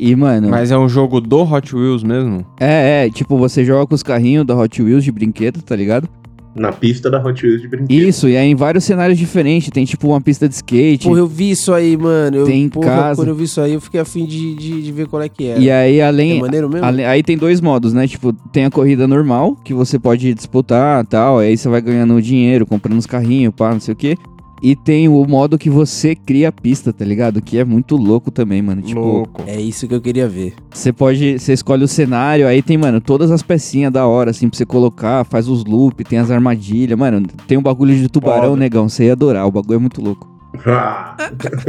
Speaker 5: E, mano.
Speaker 2: Mas é um jogo do Hot Wheels mesmo?
Speaker 5: É, é, tipo, você joga com os carrinhos da Hot Wheels de brinquedo, tá ligado?
Speaker 1: Na pista da Hot Wheels de brinquedo.
Speaker 5: Isso, e é em vários cenários diferentes. Tem tipo uma pista de skate.
Speaker 3: Porra, eu vi isso aí, mano. Eu,
Speaker 5: Tem
Speaker 3: porra,
Speaker 5: casa.
Speaker 3: quando eu vi isso aí, eu fiquei afim de, de, de ver qual é que era.
Speaker 5: E aí,
Speaker 3: é
Speaker 5: além,
Speaker 3: maneiro mesmo?
Speaker 5: Ale- Aí tem dois modos, né? Tipo, tem a corrida normal, que você pode disputar e tal. Aí você vai ganhando dinheiro, comprando os carrinhos, pá, não sei o quê. E tem o modo que você cria a pista, tá ligado? Que é muito louco também, mano. Tipo,
Speaker 2: Louco.
Speaker 3: É isso que eu queria ver.
Speaker 5: você pode. Você escolhe o cenário, aí tem, mano, todas as pecinhas da hora, assim, pra você colocar, faz os loop, tem as armadilhas, mano. Tem um bagulho de tubarão,
Speaker 1: Foda.
Speaker 5: negão. Você ia adorar, o bagulho é muito louco.
Speaker 1: Ah,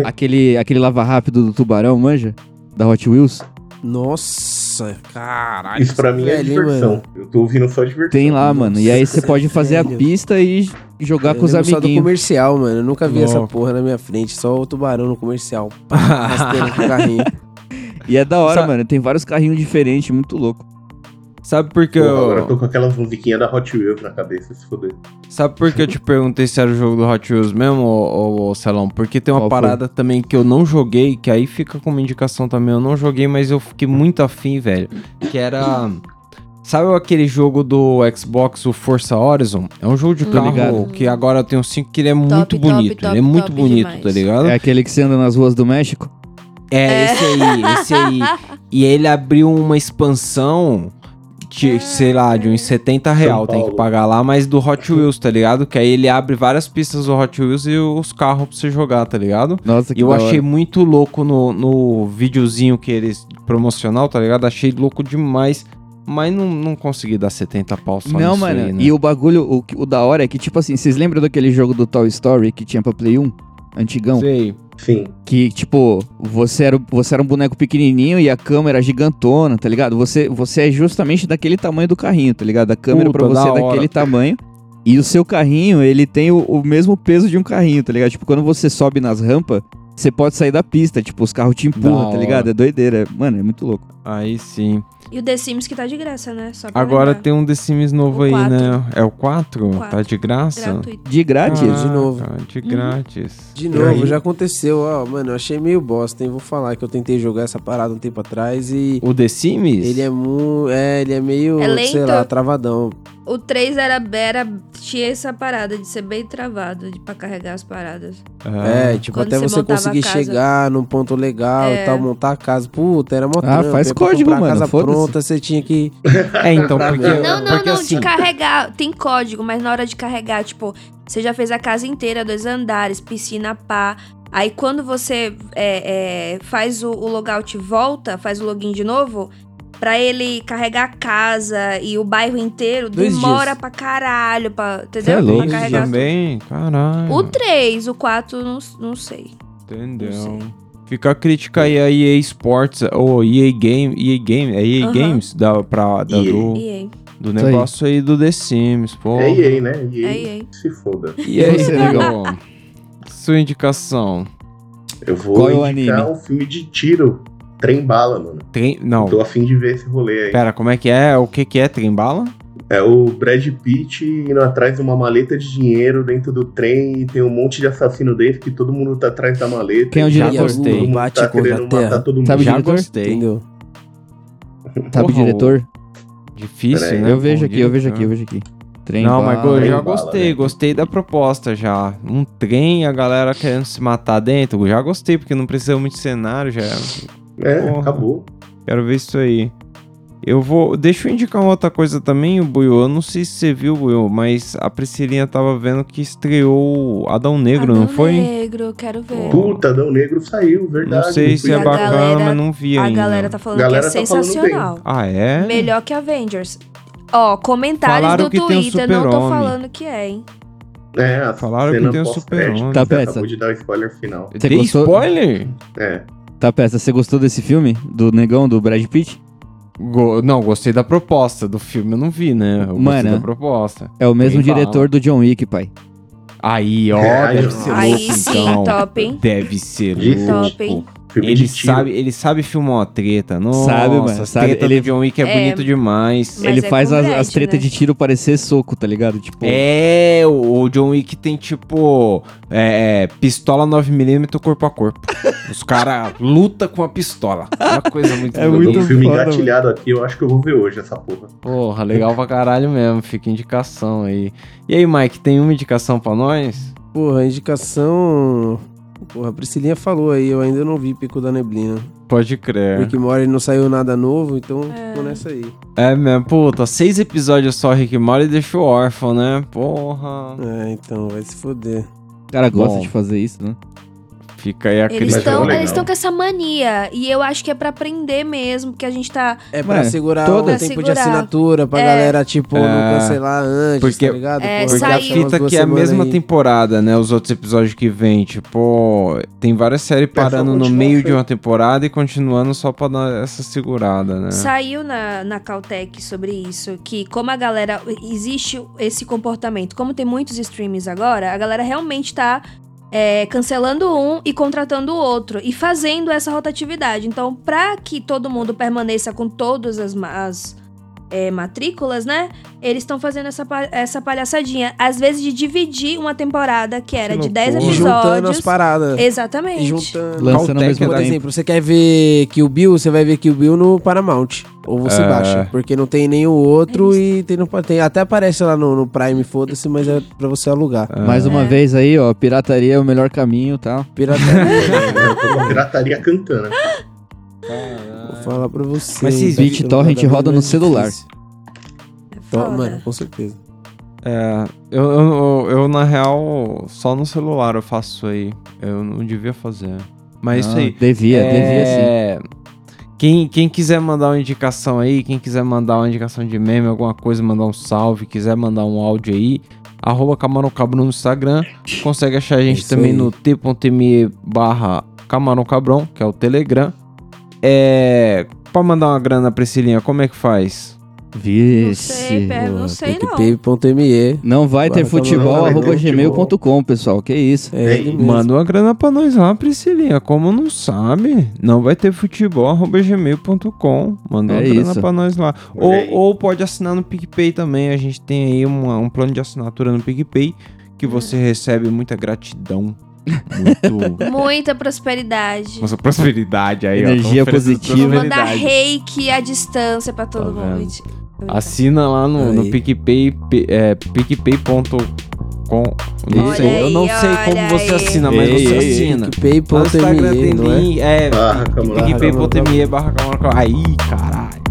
Speaker 5: aquele, aquele lava rápido do tubarão, manja? Da Hot Wheels.
Speaker 3: Nossa, caralho.
Speaker 1: isso pra mim é
Speaker 3: Ah, velho, hein,
Speaker 1: diversão.
Speaker 3: mano?
Speaker 1: Eu tô ouvindo só diversão.
Speaker 5: Tem lá,
Speaker 3: Nossa,
Speaker 5: mano. E aí você pode fazer a
Speaker 3: velho.
Speaker 5: pista e jogar
Speaker 3: Eu
Speaker 5: com os
Speaker 3: lembro só do
Speaker 5: amiguinhos.
Speaker 3: comercial, mano. Eu nunca vi essa
Speaker 2: Louco.
Speaker 3: porra na minha frente. Só o tubarão no comercial. Rasteiro com o carrinho.
Speaker 5: E é da hora,
Speaker 2: Sa-
Speaker 5: mano. Tem vários carrinhos diferentes, muito louco.
Speaker 2: Sabe por que
Speaker 1: Porra, Agora eu
Speaker 2: eu...
Speaker 1: tô com aquelas musiquinhas da Hot Wheels na cabeça, se foder.
Speaker 2: Sabe por que eu te perguntei se era o jogo do Hot Wheels mesmo, ô, ô, ô, Celão? Porque tem uma
Speaker 5: Qual foi?
Speaker 2: parada também que eu não joguei, que aí fica como indicação também. Eu não joguei, mas eu fiquei muito afim, velho. Que era. Sabe aquele jogo do Xbox, o Forza Horizon? É um jogo de
Speaker 4: Tô
Speaker 2: carro
Speaker 5: ligado.
Speaker 2: que agora eu tenho 5 que ele é muito
Speaker 4: top,
Speaker 2: bonito. ele
Speaker 4: top,
Speaker 2: é muito
Speaker 4: top
Speaker 2: bonito,
Speaker 4: demais.
Speaker 2: tá ligado?
Speaker 5: É aquele que você anda nas ruas do México?
Speaker 2: É, esse aí, esse aí. E ele abriu uma expansão,
Speaker 4: Hum.
Speaker 2: de, sei lá, de uns 70 real, tem que
Speaker 1: Paulo.
Speaker 2: pagar lá, mas do Hot
Speaker 4: Uhum.
Speaker 2: Wheels, tá ligado? Que aí ele abre várias pistas do Hot Wheels e os carros pra você jogar, tá ligado?
Speaker 5: Nossa, que
Speaker 2: E eu
Speaker 5: da hora.
Speaker 2: achei muito louco no, no videozinho que eles promocional, tá ligado? Achei louco demais, mas não, não consegui dar 70 pau só
Speaker 5: Não,
Speaker 2: nisso
Speaker 5: mano.
Speaker 2: aí, né?
Speaker 5: E o bagulho, o, que- o da hora é que, tipo assim, vocês lembram daquele jogo do Toy Story que tinha pra Play 1? Antigão?
Speaker 2: Sei.
Speaker 1: Sim.
Speaker 5: Que, tipo, você era, você era um boneco pequenininho e a câmera é gigantona, tá ligado? Você, você é justamente daquele tamanho do carrinho, tá ligado? A câmera pra
Speaker 2: Puta,
Speaker 5: você
Speaker 2: da
Speaker 5: é
Speaker 2: hora.
Speaker 5: daquele tamanho. E o seu carrinho, ele tem o, o mesmo peso de um carrinho, tá ligado? Tipo, quando você sobe nas rampas, você pode sair da pista, tipo, os carros te
Speaker 2: Da
Speaker 5: empurram,
Speaker 2: hora.
Speaker 5: tá ligado? É doideira. é- Mano, é muito louco.
Speaker 2: Aí sim.
Speaker 4: E o The Sims que tá de graça, né? Só pra
Speaker 2: Agora
Speaker 4: lembrar.
Speaker 2: tem um The Sims novo
Speaker 4: O
Speaker 2: aí,
Speaker 4: quatro.
Speaker 2: né? É o 4? Tá
Speaker 4: Quatro.
Speaker 2: de graça?
Speaker 4: gratuito.
Speaker 5: De Hum. grátis.
Speaker 3: Ah. de novo.
Speaker 2: Caraca, tá, De grátis.
Speaker 1: E
Speaker 3: De
Speaker 1: aí?
Speaker 3: novo, já aconteceu, ó. Mano, eu achei meio bosta, hein? Vou falar que eu tentei jogar essa parada um tempo atrás e.
Speaker 2: O The Sims?
Speaker 3: Ele é muito. É, ele é meio,
Speaker 4: É lento?
Speaker 3: sei lá, travadão.
Speaker 4: O 3 era, era. Tinha essa parada de ser bem travado de, pra carregar as paradas.
Speaker 2: Ah,
Speaker 3: É, tipo,
Speaker 4: Quando
Speaker 3: até
Speaker 4: você
Speaker 3: você
Speaker 4: montava a
Speaker 3: conseguir
Speaker 4: casa. É.
Speaker 3: chegar num ponto legal e tal, montar a casa. Puta, era mó
Speaker 5: Ah,
Speaker 3: trampo,
Speaker 5: faz
Speaker 3: aí pra
Speaker 5: código,
Speaker 3: comprar a
Speaker 5: mano,
Speaker 3: casa
Speaker 5: foda-se.
Speaker 3: pronta, você tinha que...
Speaker 2: É, então, porque,
Speaker 3: Não,
Speaker 4: Não, não,
Speaker 2: porque
Speaker 4: não,
Speaker 2: assim,
Speaker 4: de carregar. Tem código, mas na hora de carregar, tipo, você já fez a casa inteira, dois andares, piscina, pá. Aí quando você é, é, faz o, o logout e volta, faz o login de novo, pra ele carregar a casa e o bairro inteiro,
Speaker 3: Dois
Speaker 4: demora
Speaker 3: dias.
Speaker 4: pra caralho, pra,
Speaker 5: Cê
Speaker 4: entendeu?
Speaker 5: é louco.
Speaker 4: pra
Speaker 2: isso
Speaker 4: carregar.
Speaker 2: também, caralho,
Speaker 4: O 3, o 4, não, não sei.
Speaker 2: entendeu?
Speaker 4: não
Speaker 2: Fica a crítica aí a EA Sports, ou EA Game, EA Game, é EA
Speaker 4: Aham.
Speaker 2: Games da, pra, da-
Speaker 1: EA.
Speaker 2: do,
Speaker 4: E aí?
Speaker 2: do
Speaker 5: Isso aí.
Speaker 2: negócio aí. do The Sims, pô.
Speaker 1: É EA, né? EA.
Speaker 4: É EA.
Speaker 1: Se foda.
Speaker 5: E aí, você, negão?
Speaker 2: Sua indicação.
Speaker 1: Eu vou
Speaker 5: Qual é o
Speaker 1: indicar
Speaker 5: anime?
Speaker 1: um filme de tiro. Trem bala, mano.
Speaker 2: Trem, não,
Speaker 1: Tô afim de ver esse rolê aí.
Speaker 2: pera, como é que é? O que que é? Trembala?
Speaker 1: É o Brad Pitt indo atrás de uma maleta de dinheiro dentro do trem e tem um monte de assassino dentro que todo mundo tá atrás da maleta.
Speaker 5: Quem é o
Speaker 1: E
Speaker 5: diretor?
Speaker 1: todo mundo
Speaker 2: Gostei.
Speaker 3: Bate
Speaker 1: tá
Speaker 3: contra
Speaker 1: querendo
Speaker 3: a tipo, terra.
Speaker 1: matar todo mundo.
Speaker 5: Sabe o
Speaker 2: Já
Speaker 5: diretor?
Speaker 2: gostei.
Speaker 3: Entendeu?
Speaker 5: Sabe o
Speaker 2: Porra,
Speaker 5: diretor?
Speaker 2: Difícil,
Speaker 1: Peraí.
Speaker 2: né?
Speaker 5: Eu vejo
Speaker 2: Bom
Speaker 5: aqui, eu
Speaker 2: diretor.
Speaker 5: vejo aqui, eu vejo aqui. Trem
Speaker 2: não, mas eu já
Speaker 1: trem bala,
Speaker 2: gostei,
Speaker 1: velho.
Speaker 2: gostei da proposta já. Um trem, a galera querendo se matar dentro, eu já gostei, porque não precisa muito de cenário, já.
Speaker 1: É,
Speaker 2: Porra.
Speaker 1: acabou.
Speaker 2: Quero ver isso aí. Eu vou. Deixa eu indicar uma outra coisa também, o Buiu. Eu não sei se você viu, Buiu, mas a Priscilinha tava vendo que estreou Adão Negro, não
Speaker 4: Adão
Speaker 2: foi?
Speaker 4: Negro, quero ver.
Speaker 1: Puta, Dão Negro saiu, verdade.
Speaker 2: Não sei se
Speaker 4: E
Speaker 2: é
Speaker 4: a
Speaker 2: bacana,
Speaker 4: galera-
Speaker 2: mas não vi
Speaker 4: A
Speaker 2: ainda.
Speaker 4: galera tá falando
Speaker 1: Galera
Speaker 4: que é
Speaker 1: tá falando bem.
Speaker 4: sensacional.
Speaker 2: Ah, é?
Speaker 4: Melhor que Avengers. Ó, comentários
Speaker 2: Falaram
Speaker 4: do
Speaker 2: que tem o
Speaker 4: Twitter, não tô
Speaker 2: Super-Homem.
Speaker 4: falando que é, hein?
Speaker 1: É, a
Speaker 2: Falaram
Speaker 1: cena
Speaker 2: que tem um o
Speaker 1: pós-crédito,
Speaker 2: Super-Homem.
Speaker 5: Tá,
Speaker 1: você
Speaker 5: peça.
Speaker 1: acabou de dar o spoiler final.
Speaker 5: Você
Speaker 2: Tem
Speaker 5: gostou-
Speaker 2: spoiler?
Speaker 1: É.
Speaker 5: Tá, peça, você gostou desse filme? Do negão, do Brad Pitt?
Speaker 2: Go- Não, gostei da proposta. Do filme eu não vi, né? Eu gostei
Speaker 5: Mano.
Speaker 2: da proposta.
Speaker 5: É o mesmo
Speaker 2: Bem
Speaker 5: diretor do John Wick, pai.
Speaker 2: Aí, ó,
Speaker 1: É,
Speaker 2: deve
Speaker 1: aí,
Speaker 2: ser
Speaker 1: ó.
Speaker 2: louco,
Speaker 4: Aí sim,
Speaker 2: então.
Speaker 4: top, hein?
Speaker 2: Deve ser
Speaker 1: Disse.
Speaker 2: louco.
Speaker 4: Top, hein?
Speaker 1: Tipo, Filme
Speaker 2: Ele
Speaker 1: de tiro.
Speaker 2: sabe, ele sabe filmar uma treta. Nossa,
Speaker 5: Sabe, mano,
Speaker 2: as
Speaker 5: sabe,
Speaker 2: treta
Speaker 5: ele-
Speaker 2: do John Wick é,
Speaker 4: É.
Speaker 2: bonito demais.
Speaker 4: Mas
Speaker 5: ele
Speaker 4: é
Speaker 5: faz
Speaker 4: com
Speaker 5: as,
Speaker 4: Brad,
Speaker 5: as tretas
Speaker 4: né?
Speaker 5: de tiro parecer soco, tá ligado? Tipo,
Speaker 2: É, o o John Wick tem tipo é, é, pistola 9mm corpo a corpo. Os caras luta com a pistola. É uma coisa muito
Speaker 5: É
Speaker 2: louca.
Speaker 1: Eu tô um
Speaker 5: muito
Speaker 1: filme
Speaker 5: foda,
Speaker 1: engatilhado aqui, eu acho que eu vou ver hoje essa porra.
Speaker 2: Porra, legal pra caralho mesmo. Fica indicação aí. E aí, Mike, tem uma indicação pra nós?
Speaker 3: Porra, a indicação. Porra, a Priscilinha falou aí, eu ainda não vi Pico da Neblina.
Speaker 2: Pode
Speaker 3: É.
Speaker 2: crer.
Speaker 3: Rick Mori não saiu nada novo, então ficou nessa aí.
Speaker 2: É mesmo, puta, seis episódios só Rick e Morty deixou órfão, né? Porra.
Speaker 3: É, então, vai se foder.
Speaker 5: o cara gosta
Speaker 2: Bom.
Speaker 5: de fazer isso, né?
Speaker 2: Fica aí a
Speaker 4: Eles
Speaker 1: Mas é
Speaker 4: estão
Speaker 1: legal.
Speaker 4: eles estão com essa mania. E eu acho que é pra aprender mesmo, porque a gente tá.
Speaker 3: É pra
Speaker 5: Mano,
Speaker 3: segurar
Speaker 5: todo-
Speaker 3: o
Speaker 4: Pra
Speaker 3: tempo de
Speaker 4: segurar.
Speaker 3: assinatura, pra
Speaker 4: É.
Speaker 3: galera, tipo,
Speaker 2: É.
Speaker 3: não cancelar antes,
Speaker 2: Porque-
Speaker 3: tá ligado?
Speaker 4: É,
Speaker 3: Porra,
Speaker 2: Porque a
Speaker 4: saiu.
Speaker 2: fita que é a mesma
Speaker 3: temporada.
Speaker 2: temporada, né? Os outros episódios que vem, tipo, tem várias séries parando no
Speaker 1: continua
Speaker 2: meio
Speaker 1: feio.
Speaker 2: de uma temporada e continuando só pra dar essa segurada,
Speaker 3: É.
Speaker 2: né?
Speaker 4: Saiu na, na Caltech sobre isso. Que como a galera. Existe esse comportamento. Como tem muitos streams agora, a galera realmente tá. é, cancelando um e contratando o outro e fazendo essa rotatividade. Então, pra que todo mundo permaneça com todas as, ma- as, é, matrículas, né? Eles estão fazendo essa, pa- essa palhaçadinha. Às vezes de dividir uma temporada que era de 10
Speaker 2: loucura.
Speaker 3: E
Speaker 4: episódios.
Speaker 3: juntando as paradas.
Speaker 4: Exatamente.
Speaker 3: E juntando.
Speaker 5: Lança no
Speaker 2: Caltech,
Speaker 5: mesmo
Speaker 3: Por
Speaker 5: tempo.
Speaker 3: exemplo, você quer ver Kill Bill, você vai ver Kill Bill no Paramount. Ou você
Speaker 2: É.
Speaker 3: baixa. Porque não tem nenhum outro
Speaker 4: É
Speaker 3: e tem no tem Até aparece lá no, no Prime, foda-se, mas é pra você alugar.
Speaker 5: Mais uma
Speaker 4: É.
Speaker 5: vez aí, ó, pirataria é o melhor caminho e tal.
Speaker 3: Pirataria,
Speaker 1: Eu tô com a pirataria cantando.
Speaker 3: vou falar pra você.
Speaker 2: Mas esses
Speaker 5: beat torrent roda no celular.
Speaker 4: É
Speaker 3: Então,
Speaker 4: foda.
Speaker 3: mano, com certeza.
Speaker 2: É, eu, eu, eu, eu, na real, só no celular eu faço isso aí. Eu não devia fazer. Mas é isso
Speaker 5: Ah,
Speaker 2: aí.
Speaker 5: Devia, devia sim.
Speaker 2: Quem, quem quiser mandar uma indicação aí, quem quiser mandar uma indicação de meme, alguma coisa, mandar um salve, quiser mandar um áudio aí, arroba Camarão Cabrão no Instagram. Consegue achar a gente
Speaker 3: Isso
Speaker 2: também
Speaker 3: aí.
Speaker 2: no t.me barra Camarão Cabrão, que é o Telegram. É... Pra mandar uma grana pra esse linha, como é que faz?
Speaker 5: Vixe.
Speaker 4: Não sei, per- não sei não.
Speaker 3: PicPay.me.
Speaker 5: Não vai ter
Speaker 3: Agora tá
Speaker 5: futebol,
Speaker 1: mandando,
Speaker 5: arroba
Speaker 1: né?
Speaker 5: gmail.com, pessoal. Que isso.
Speaker 3: É ele mesmo.
Speaker 2: Manda uma grana pra nós lá, Priscilinha. Como não sabe, não vai ter futebol, arroba gmail.com. Manda uma
Speaker 5: É
Speaker 2: grana
Speaker 5: isso.
Speaker 2: pra nós lá.
Speaker 1: Olha
Speaker 2: Ou,
Speaker 1: aí.
Speaker 2: ou pode assinar no PicPay também. A gente tem aí uma- um plano de assinatura no PicPay
Speaker 4: Hum.
Speaker 2: que você recebe muita gratidão. Muito.
Speaker 4: Muita prosperidade.
Speaker 2: Nossa, prosperidade aí, ó.
Speaker 5: Energia
Speaker 2: Tô oferecendo
Speaker 5: positiva.
Speaker 4: Vou mandar
Speaker 5: prosperidade.
Speaker 4: reiki à distância pra todo
Speaker 2: Tá
Speaker 4: mundo.
Speaker 2: Assina lá no, no
Speaker 3: Aí.
Speaker 2: PicPay, pe- é, picpay.com. Não
Speaker 4: Olha
Speaker 2: sei, eu não
Speaker 4: aí,
Speaker 2: sei como
Speaker 4: olha
Speaker 2: você
Speaker 4: aí.
Speaker 2: assina, mas
Speaker 5: Ei,
Speaker 2: você
Speaker 5: ei, ei,
Speaker 2: assina. Lá no Instagram tem
Speaker 3: PicPay.me, não é?
Speaker 2: link, é,
Speaker 1: Barra Camarão
Speaker 2: picpay.me barra Camarão Cabrão. Aí, caralho.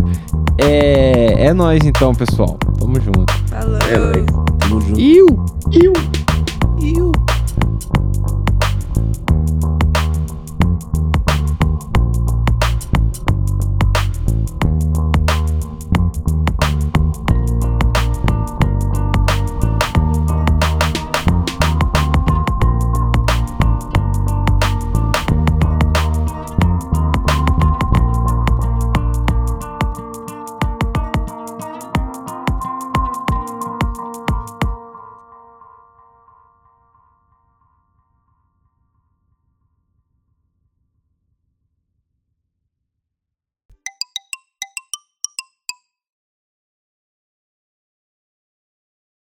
Speaker 2: É, é nóis então, pessoal. Tamo junto.
Speaker 4: Falou.
Speaker 1: É, né?
Speaker 3: Tamo junto.
Speaker 5: Iu!
Speaker 1: E o
Speaker 3: Iu.